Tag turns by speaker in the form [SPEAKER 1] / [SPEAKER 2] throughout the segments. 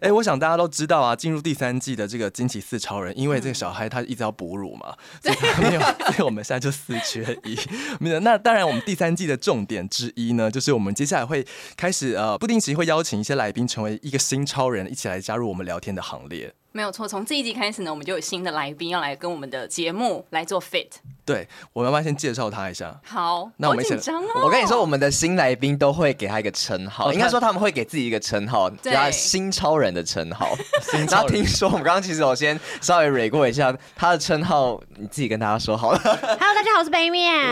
[SPEAKER 1] 哎、我想大家都知道啊，进入第三季的这个惊奇四超人，因为这个小孩他一直要哺乳嘛，所以他没有， 所以我们现在就四缺一。没有，那当然我们第三季的重点之一呢，就是我们接下来会开始呃，不定期会邀请一些来宾成为一个新超人，一起来加入我们聊天的行列。
[SPEAKER 2] 没有错。从这一集开始呢，我们就有新的来宾要来跟我们的节目来做 fit。
[SPEAKER 1] 对，我们要不要先介绍他一下？
[SPEAKER 2] 好，
[SPEAKER 1] 那我们
[SPEAKER 2] 好
[SPEAKER 1] 一起来
[SPEAKER 2] 紧张哦。
[SPEAKER 3] 我跟你说，我们的新来宾都会给他一个称号，
[SPEAKER 1] 哦
[SPEAKER 3] 应该说他们会给自己一个称号，叫他新超人的称 号。然后听说我们刚刚其实我先稍微蕊过一下他的称号，你自己跟大家说好了。
[SPEAKER 4] Hello，大家好，我是杯面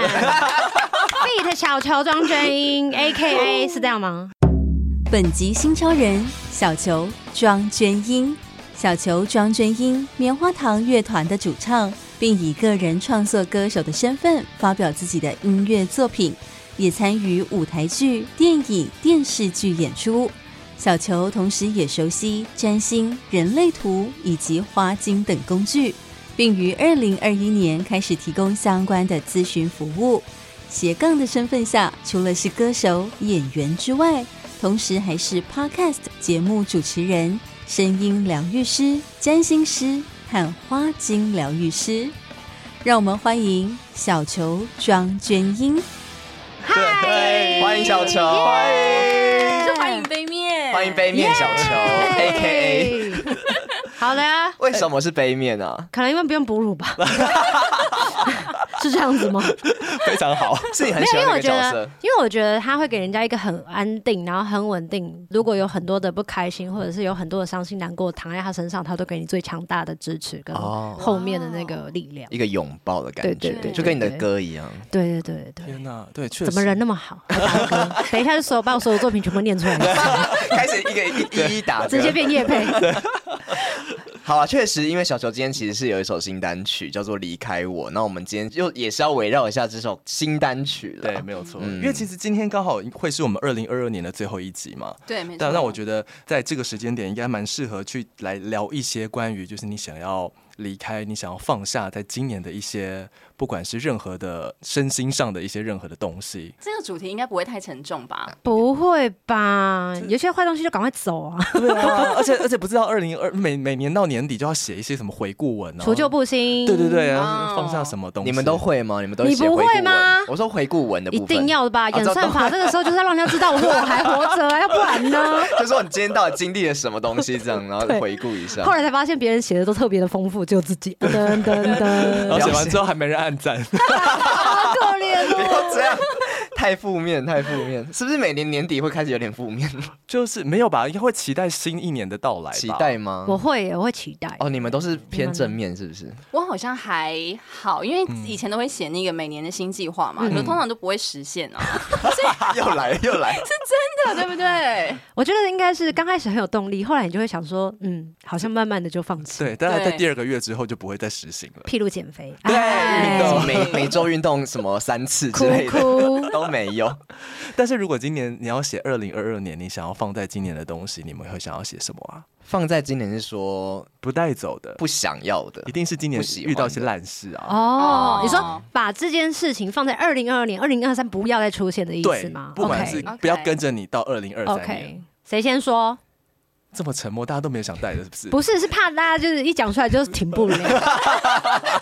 [SPEAKER 4] ，Beat 小乔装真英，A K A 是这样吗？
[SPEAKER 5] 本集新超人小球庄娟英，小球庄娟英，棉花糖乐团的主唱，并以个人创作歌手的身份发表自己的音乐作品，也参与舞台剧、电影、电视剧演出。小球同时也熟悉占星、人类图以及花精等工具，并于二零二一年开始提供相关的咨询服务。斜杠的身份下，除了是歌手、演员之外，同时还是 Podcast 节目主持人、声音疗愈师、占星师和花精疗愈师。让我们欢迎小球庄娟英。
[SPEAKER 4] 嗨，
[SPEAKER 3] 欢迎小球，欢迎
[SPEAKER 2] 就欢迎杯面，
[SPEAKER 3] 欢迎杯面小球，A K A。
[SPEAKER 4] A。好的啊，
[SPEAKER 3] 为什么是杯面啊？
[SPEAKER 4] 可能因为不用哺乳 吧，是这样子吗？
[SPEAKER 1] 非常 好，
[SPEAKER 3] 是你很
[SPEAKER 4] 呃没
[SPEAKER 3] 喜
[SPEAKER 4] 有，
[SPEAKER 3] 欢
[SPEAKER 4] 因为
[SPEAKER 3] 那
[SPEAKER 4] 我
[SPEAKER 3] 个
[SPEAKER 4] 觉
[SPEAKER 3] 角
[SPEAKER 4] 得
[SPEAKER 3] 色，
[SPEAKER 4] 因为我觉得他会给人家一个很安定，然后很稳定。如果有很多的不开心，或者是有很多的伤心难过躺在他身上，他都给你最强大的支持跟
[SPEAKER 3] 哦
[SPEAKER 4] 后面的那个力量。
[SPEAKER 3] 一个拥抱的感觉，
[SPEAKER 4] 对对
[SPEAKER 2] 对
[SPEAKER 3] 就跟你的
[SPEAKER 4] 对
[SPEAKER 3] 歌 一样。
[SPEAKER 4] 对对对对。
[SPEAKER 1] 天哪，对，确实
[SPEAKER 4] 怎么人那么好？还打歌等一下就所有把我所有作品全部念出 来，
[SPEAKER 3] 开始一个一一一打
[SPEAKER 4] 直接变叶 配。
[SPEAKER 3] 好啊，确实，因为小球今天其实是有一首新单曲叫做《离开我》，那我们今天就也是要围绕一下这首新单曲了。
[SPEAKER 1] 对，没有错，
[SPEAKER 3] 嗯
[SPEAKER 1] 因为其实今天刚好会是我们二零二二年的最后一集嘛。
[SPEAKER 2] 对，没错。
[SPEAKER 1] 但那我觉得在这个时间点，应该蛮适合去来聊一些关于就是你想要离开、你想要放下，在今年的一些，不管是任何的身心上的一些任何的东西。
[SPEAKER 2] 这个主题应该不会太沉重吧？
[SPEAKER 4] 不会吧？有些坏东西就赶快走啊！
[SPEAKER 1] 对啊，而且而且不知道二零二每每年到年底就要写一些什么回顾文啊，
[SPEAKER 4] 除旧。布新。
[SPEAKER 1] 对对对，
[SPEAKER 2] 哦
[SPEAKER 1] 放下什么东西？
[SPEAKER 3] 你们都会吗？你们都
[SPEAKER 4] 你
[SPEAKER 3] 写回
[SPEAKER 4] 不
[SPEAKER 3] 顾
[SPEAKER 4] 会
[SPEAKER 3] 文
[SPEAKER 4] 吗
[SPEAKER 3] 我说回顾文的部
[SPEAKER 4] 一
[SPEAKER 3] 分，
[SPEAKER 4] 定要的吧？
[SPEAKER 3] 啊
[SPEAKER 4] 演算法这个时候就是要让人家知道我说我还活着 啊，要不然呢？
[SPEAKER 3] 就说你今天到底经历了什么东西，这样然后
[SPEAKER 4] 对
[SPEAKER 3] 回顾一下
[SPEAKER 4] 后。来才发现别人写的都特别的丰富，只有自己噔噔噔，
[SPEAKER 1] 然后写完之后还没人按赞，
[SPEAKER 4] 好可怜
[SPEAKER 3] 不 要
[SPEAKER 4] 哦。
[SPEAKER 3] 这样，太负面，太负面，是不是每年年底会开始有点负面？
[SPEAKER 1] 就是没有吧？应该会期待新一年的到来吧，
[SPEAKER 3] 期待吗？
[SPEAKER 4] 我会耶，我会期待。
[SPEAKER 3] 哦，你们都是偏正面，是不 是？
[SPEAKER 2] 我好像还好，因为以前都会写那个每年的新计划嘛，可通常都不会实现啊，
[SPEAKER 3] 又来又 来，
[SPEAKER 2] 真的对不对？
[SPEAKER 4] 我觉得应该是刚开始很有动力，后来你就会想说，嗯，好像慢慢的就放弃。
[SPEAKER 1] 对，但是在
[SPEAKER 2] 对
[SPEAKER 1] 第二个月之后就不会再实行了。
[SPEAKER 4] 譬如减肥，
[SPEAKER 3] 对，
[SPEAKER 4] 哎
[SPEAKER 3] 运动每每周运动什么三次之类的
[SPEAKER 4] 哭哭
[SPEAKER 3] 都没有。
[SPEAKER 1] 但是如果今年你要写二零二二年，你想要放在今年的东西，你们会想要写什么啊？
[SPEAKER 3] 放在今年是说
[SPEAKER 1] 不带走的，
[SPEAKER 3] 不想要的
[SPEAKER 1] 一，定是今年
[SPEAKER 3] 不喜欢的
[SPEAKER 1] 遇到一些烂事啊。
[SPEAKER 4] 哦
[SPEAKER 2] 哦，
[SPEAKER 4] 你说把这件事情放在二零二二年、二零二三不要再出现的意
[SPEAKER 1] 对
[SPEAKER 4] 思吗？，
[SPEAKER 1] 不管是
[SPEAKER 4] OK，
[SPEAKER 1] 不要跟着你到二零二三
[SPEAKER 4] OK，
[SPEAKER 1] 年，
[SPEAKER 4] 谁先说？
[SPEAKER 1] 这么沉默，大家都没有想带的，是不是？
[SPEAKER 4] 不是，是怕大家就是一讲出来就是停不了。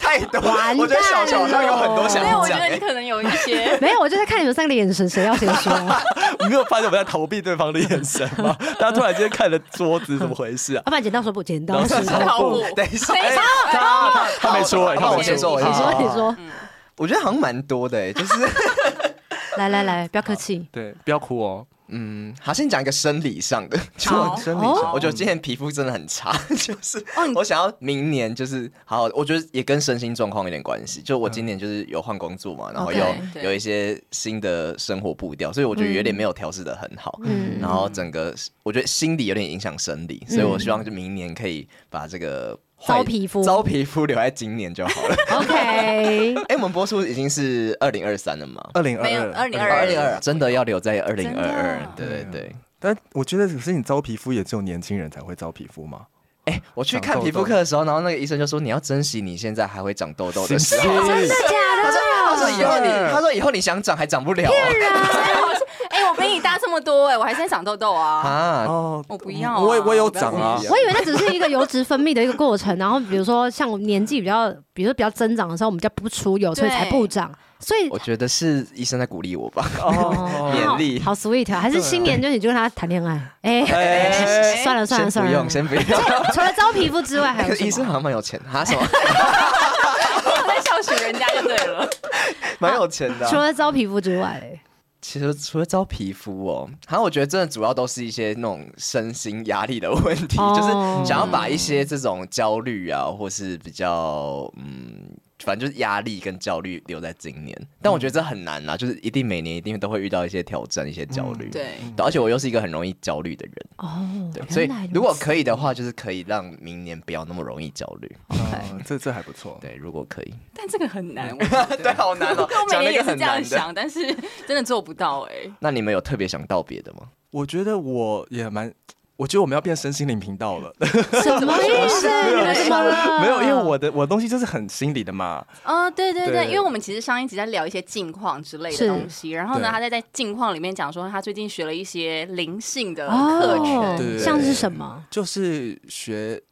[SPEAKER 3] 太多。
[SPEAKER 4] 完蛋了
[SPEAKER 3] 我觉得小小好像有很多想
[SPEAKER 2] 所以我觉
[SPEAKER 3] 讲
[SPEAKER 2] 得你
[SPEAKER 3] 欸，
[SPEAKER 2] 可能有一些。
[SPEAKER 4] 没有，我就在看你们三个的眼神，谁要先 说？啊要
[SPEAKER 1] 你没有发现我们在逃避对方的眼神吗？大家突然间看着桌子，怎么回事啊？
[SPEAKER 4] 不然剪刀手布，剪刀石
[SPEAKER 2] 好
[SPEAKER 4] 头布。
[SPEAKER 2] 补，
[SPEAKER 3] 哎等一下哎
[SPEAKER 2] 等一下，
[SPEAKER 1] 他没说哎，
[SPEAKER 3] 好
[SPEAKER 1] 他
[SPEAKER 3] 好
[SPEAKER 1] 没
[SPEAKER 3] 先说
[SPEAKER 1] 说
[SPEAKER 3] 我
[SPEAKER 4] 你
[SPEAKER 3] 先
[SPEAKER 4] 说，
[SPEAKER 3] 好
[SPEAKER 4] 你说，
[SPEAKER 3] 我觉得好像蛮多的欸，就是
[SPEAKER 4] 来来来，不要客气。
[SPEAKER 1] 对，不要哭哦。
[SPEAKER 3] 嗯，好，先讲一个生理上的，就我
[SPEAKER 1] 生理
[SPEAKER 4] 哦
[SPEAKER 1] 上
[SPEAKER 3] 我觉得今天皮肤真的很差， 就是
[SPEAKER 2] 哦你
[SPEAKER 3] 我想要明年就是好，我觉得也跟身心状况有点关系。就我今年就是有换工作嘛，然后
[SPEAKER 4] OK，
[SPEAKER 3] 又
[SPEAKER 2] 对
[SPEAKER 3] 有一些新的生活步调，所以我觉得有点没有调试的很好。
[SPEAKER 4] 嗯
[SPEAKER 3] 然后整个我觉得心理有点影响生理，所以我希望就明年可以把这个坏
[SPEAKER 4] 糟皮肤
[SPEAKER 3] 糟皮肤留在今年就好了。
[SPEAKER 4] ，OK，
[SPEAKER 3] 哎，我们播出已经是二零二三了嘛？
[SPEAKER 1] 二零二
[SPEAKER 2] 没有
[SPEAKER 1] 二
[SPEAKER 2] 2022
[SPEAKER 3] 二真的要留在二零
[SPEAKER 2] 真
[SPEAKER 3] 二二
[SPEAKER 2] 的，
[SPEAKER 3] 对对对。
[SPEAKER 1] 但我觉得，可是你遭皮肤也只有年轻人才会遭皮肤吗？
[SPEAKER 3] 哎、我去
[SPEAKER 1] 长
[SPEAKER 3] 看
[SPEAKER 1] 痘
[SPEAKER 3] 皮肤
[SPEAKER 1] 痘
[SPEAKER 3] 科的时候，然后那个医生就说你要珍惜你现在还会长痘 痘的时候。
[SPEAKER 4] 哦真的假的？
[SPEAKER 3] 他说以后你，他说以后你想长还长不了
[SPEAKER 2] 哎、我比你大这么多哎、我还在长痘痘
[SPEAKER 3] 啊！
[SPEAKER 2] 啊！
[SPEAKER 3] 啊，
[SPEAKER 1] 哦，
[SPEAKER 2] 我不要啊
[SPEAKER 1] 我也我也有
[SPEAKER 2] 我不要
[SPEAKER 1] 长啊
[SPEAKER 3] 自己，
[SPEAKER 4] 我以为那只是一个油脂分泌的一个过程，然后比如说像我年纪比较，比如说比较增长的时候，我们叫不出油，所以才不长。所以
[SPEAKER 3] 我觉得是医生在鼓励我吧，
[SPEAKER 4] 哦，
[SPEAKER 3] 勉励。
[SPEAKER 4] 好 sweet，啊还是新年就你就跟他谈恋爱？哎，
[SPEAKER 3] 哎
[SPEAKER 4] 算了算了
[SPEAKER 3] 先
[SPEAKER 4] 算
[SPEAKER 3] 不
[SPEAKER 4] 了
[SPEAKER 3] 用，，先不用。
[SPEAKER 4] 除了糟皮肤之外还有
[SPEAKER 3] 医
[SPEAKER 4] 什
[SPEAKER 3] 生
[SPEAKER 4] 么？
[SPEAKER 3] 好像蛮有钱，他什么
[SPEAKER 2] 我在笑许人家就对了。
[SPEAKER 3] 蛮有钱的
[SPEAKER 4] 除
[SPEAKER 3] 啊。
[SPEAKER 4] 了糟皮肤之外，
[SPEAKER 3] 其实除了招皮肤哦，好像我觉得真的主要都是一些那种身心压力的问题，
[SPEAKER 4] 哦
[SPEAKER 3] 就是想要把一些这种焦虑啊，或是比较嗯。反正就是压力跟焦虑留在今年，但我觉得这很难啦，就是一定每年一定都会遇到一些挑战、一些焦虑。
[SPEAKER 2] 嗯对，
[SPEAKER 3] 对，而且我又是一个很容易焦虑的人，
[SPEAKER 4] 哦
[SPEAKER 3] 对，，所
[SPEAKER 4] 原
[SPEAKER 3] 以
[SPEAKER 4] 来
[SPEAKER 3] 如果
[SPEAKER 4] 此
[SPEAKER 3] 可以的话，就是可以让明年不要那么容易焦虑。
[SPEAKER 1] 哦这这还不错。
[SPEAKER 3] 对，如果可以，
[SPEAKER 2] 但这个很难，我觉得
[SPEAKER 3] 对，好难哦、
[SPEAKER 2] 我 每
[SPEAKER 3] 讲了
[SPEAKER 2] 年
[SPEAKER 3] 一个
[SPEAKER 2] 也是
[SPEAKER 3] 很
[SPEAKER 2] 这样
[SPEAKER 3] 难的。
[SPEAKER 2] 想，但是真的做不到哎、
[SPEAKER 3] 那你们有特别想道别的吗？
[SPEAKER 1] 我觉得我也蛮，我觉得我们要变身心灵频道了。
[SPEAKER 4] 什么 意思？你们怎么了？
[SPEAKER 1] 没有，因为我的我的东西就是很心理的嘛。
[SPEAKER 2] 哦，对对对，
[SPEAKER 1] 对
[SPEAKER 2] 因为我们其实上一集在聊一些近况之类的
[SPEAKER 4] 是
[SPEAKER 2] 东西，然后呢，
[SPEAKER 1] 对
[SPEAKER 2] 他在在近况里面讲说他最近学了一些灵性的课程，
[SPEAKER 4] 哦
[SPEAKER 1] 对对，对
[SPEAKER 4] 像是什么？
[SPEAKER 1] 就是 学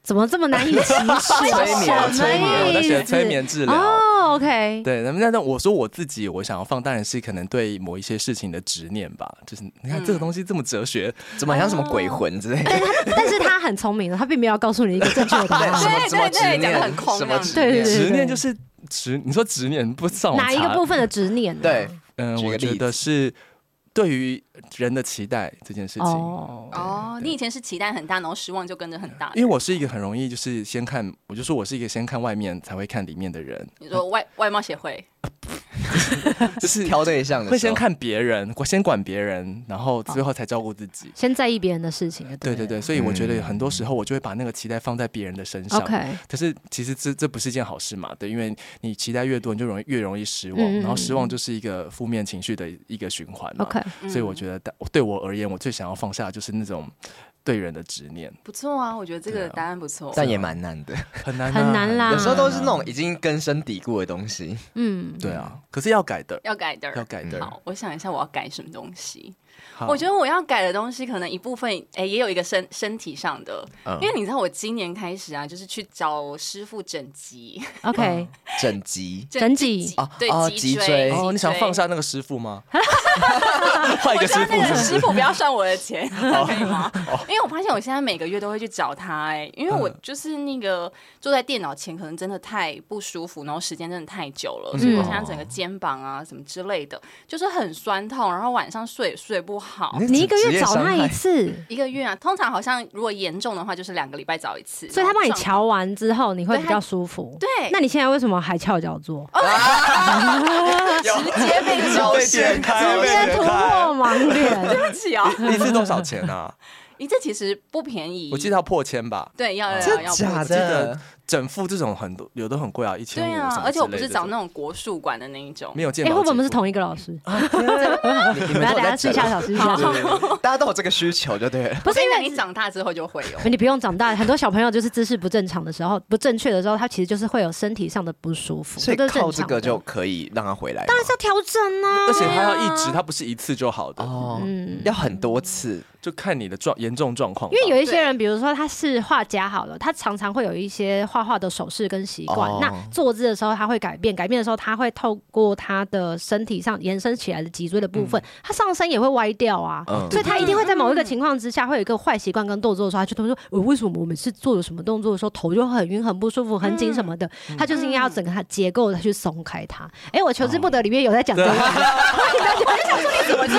[SPEAKER 4] 怎么这么难以启齿？啊催
[SPEAKER 3] 眠
[SPEAKER 1] 催眠，我在学催眠治疗。
[SPEAKER 4] 哦，OK，
[SPEAKER 1] 对，那那那我说我自己，我想要放，当然是可能对某一些事情的执念吧。就是你
[SPEAKER 4] 嗯
[SPEAKER 1] 看这个东西这么哲学，
[SPEAKER 3] 怎么好像什么鬼魂之类的？
[SPEAKER 4] 但是他但是他很聪明的，他并没有告诉你一个正确的答
[SPEAKER 3] 对啊什
[SPEAKER 4] 案。
[SPEAKER 3] 么什么
[SPEAKER 2] 对对
[SPEAKER 3] 执
[SPEAKER 2] 讲得
[SPEAKER 3] 念，
[SPEAKER 2] 很空
[SPEAKER 3] 什
[SPEAKER 2] 这
[SPEAKER 3] 么
[SPEAKER 2] 样
[SPEAKER 3] 执
[SPEAKER 2] 子
[SPEAKER 3] 念
[SPEAKER 4] 对对对
[SPEAKER 1] 执念就是执，你说执念不上
[SPEAKER 4] 哪一个部分的执念呢？
[SPEAKER 3] 对，
[SPEAKER 1] 嗯，
[SPEAKER 3] 举个
[SPEAKER 1] 我
[SPEAKER 3] 例
[SPEAKER 1] 觉
[SPEAKER 3] 子
[SPEAKER 1] 得是对于人的期待这件事情。
[SPEAKER 4] 哦，
[SPEAKER 2] 哦，你以前是期待很大，然后失望就跟着很大的人。
[SPEAKER 1] 因为我是一个很容易就是先看，我就说我是一个先看外面才会看里面的 人，
[SPEAKER 2] 你说外外貌协会，
[SPEAKER 3] 就是挑对象的时候
[SPEAKER 1] 会先看别人，我先管别人，然后最后才照顾自己。
[SPEAKER 4] 先在意别人的事情，
[SPEAKER 1] 对
[SPEAKER 4] 哦对
[SPEAKER 1] 对
[SPEAKER 4] 了
[SPEAKER 1] 对，所以我觉得很多时候我就会把那个期待放在别人的身上。
[SPEAKER 4] ，OK，
[SPEAKER 1] 可是其实这这不是一件好事嘛，对，因为你期待越多，你就容易越容易失望，
[SPEAKER 4] 嗯嗯嗯
[SPEAKER 1] 然后失望就是一个负面情绪的一个循环嘛。
[SPEAKER 4] OK 嗯
[SPEAKER 1] 所以我觉得大对我而言，我最想要放下的就是那种对人的执念，
[SPEAKER 2] 不错啊，我觉得这
[SPEAKER 1] 对
[SPEAKER 2] 个
[SPEAKER 1] 啊
[SPEAKER 2] 答案不错。
[SPEAKER 3] 但也蛮难的，
[SPEAKER 1] 很难、啊、
[SPEAKER 4] 很难啦。
[SPEAKER 3] 有时候都是那种已经根深蒂固的东西。
[SPEAKER 4] 嗯，
[SPEAKER 1] 对啊，可是要改的，
[SPEAKER 2] 要改的，
[SPEAKER 1] 要改的。
[SPEAKER 2] 好，我想一下我要改什么东西。
[SPEAKER 1] 好
[SPEAKER 2] 我觉得我要改的东西，可能一部分诶、也有一个身身体上的，
[SPEAKER 3] 嗯
[SPEAKER 2] 因为你知道我今年开始啊，就是去找师傅整脊，
[SPEAKER 4] ，OK，
[SPEAKER 3] 整集
[SPEAKER 4] 整脊
[SPEAKER 3] 啊
[SPEAKER 2] 对
[SPEAKER 3] 啊
[SPEAKER 2] 脊
[SPEAKER 3] 脊椎
[SPEAKER 2] 椎。
[SPEAKER 1] 哦，你想
[SPEAKER 2] 脊椎
[SPEAKER 1] 放？下那个师 傅吗？换一
[SPEAKER 2] 我
[SPEAKER 1] 个
[SPEAKER 2] 知
[SPEAKER 1] 师
[SPEAKER 2] 道啊那
[SPEAKER 1] 傅
[SPEAKER 2] 个
[SPEAKER 1] 是
[SPEAKER 2] 师傅不要算我的 钱，
[SPEAKER 1] 哦
[SPEAKER 2] 可以吗？因为我发现我现在每个月都会去找他、哎，
[SPEAKER 1] 嗯
[SPEAKER 2] 因为我就是那个坐在电脑前，可能真的太不舒服，然后时间真的太久
[SPEAKER 1] 嗯
[SPEAKER 2] 了，所以我现在整个肩膀啊什么之类的，就是很酸痛，然后晚上睡也睡不好。
[SPEAKER 4] 哦你一个月找他一，次，
[SPEAKER 2] 一个月啊，通常好像如果严重的话，就是两个礼拜找一次。
[SPEAKER 4] 所以他帮你
[SPEAKER 2] 然后
[SPEAKER 4] 瞧完之后，你会
[SPEAKER 2] 对
[SPEAKER 4] 比
[SPEAKER 2] 他
[SPEAKER 4] 较舒服。
[SPEAKER 2] 对
[SPEAKER 4] 那你现在为什么还翘脚坐？
[SPEAKER 3] 直 接被
[SPEAKER 1] 被点开，
[SPEAKER 4] 直
[SPEAKER 1] 被
[SPEAKER 4] 接
[SPEAKER 1] 点
[SPEAKER 4] 突
[SPEAKER 1] 开。
[SPEAKER 4] 破盲点。
[SPEAKER 2] 上对不起啊，
[SPEAKER 1] 一次多少钱啊？
[SPEAKER 2] 一次其实不便宜。
[SPEAKER 1] 我记得要啊破千吧，
[SPEAKER 2] 对，要要
[SPEAKER 3] 真
[SPEAKER 2] 要
[SPEAKER 3] 假
[SPEAKER 1] 记得
[SPEAKER 3] 的？
[SPEAKER 1] 整副这种很多有的很贵啊，一千
[SPEAKER 2] 对
[SPEAKER 1] 五
[SPEAKER 2] 啊，而且我不是找那
[SPEAKER 1] 种
[SPEAKER 2] 种国术馆的那一种
[SPEAKER 1] 没。有见
[SPEAKER 4] 哎，
[SPEAKER 1] 毛
[SPEAKER 4] 会不会我们是
[SPEAKER 1] 姐夫
[SPEAKER 4] 同一个老师？
[SPEAKER 3] 你你
[SPEAKER 4] 我
[SPEAKER 3] 们
[SPEAKER 4] 们要
[SPEAKER 3] 都
[SPEAKER 4] 等
[SPEAKER 3] 有
[SPEAKER 4] 下
[SPEAKER 3] 在
[SPEAKER 4] 试一
[SPEAKER 3] 整
[SPEAKER 4] 下，小试一下。
[SPEAKER 3] 大家都有这个需求就 对了。
[SPEAKER 4] 不
[SPEAKER 2] 不
[SPEAKER 4] 是
[SPEAKER 2] 是因
[SPEAKER 4] 因
[SPEAKER 2] 为
[SPEAKER 4] 为
[SPEAKER 2] 你长大之后就会有。
[SPEAKER 4] 你不用长大，很多小朋友就是姿势不正常的时候，不正确的时候，他其实就是会有身体上的不舒服，
[SPEAKER 3] 所以
[SPEAKER 4] 这都是
[SPEAKER 3] 靠
[SPEAKER 4] 正
[SPEAKER 3] 这
[SPEAKER 4] 常
[SPEAKER 3] 个
[SPEAKER 4] 的。
[SPEAKER 3] 就可以让他回来吗。
[SPEAKER 4] 当然是要调整啊，
[SPEAKER 1] 而且它要一直，它不是一次就好的，
[SPEAKER 3] 哦，
[SPEAKER 4] 嗯，
[SPEAKER 3] 要很多次，
[SPEAKER 1] 就看你的状严重状况吧。
[SPEAKER 4] 因为有一些人，比如说他是画家好了，他常常会有一些画画的手势跟习惯。
[SPEAKER 3] 哦
[SPEAKER 4] 那坐姿的时候，他会改变，改变的时候，他会透过他的身体上延伸起来的脊椎的部分，他上身也会歪掉啊。
[SPEAKER 3] 嗯
[SPEAKER 4] 所以他一定会在某一个情况之下，会有一个坏习惯跟动作的时候，他就他说：“呃我、为什么我每次做了什么动作的时候，头就很晕、很不舒服、很紧什么的？”
[SPEAKER 3] 嗯
[SPEAKER 4] 他就是应该要整个他结构他去松开它。哎、我求之不得里面有在讲这个，
[SPEAKER 3] 哦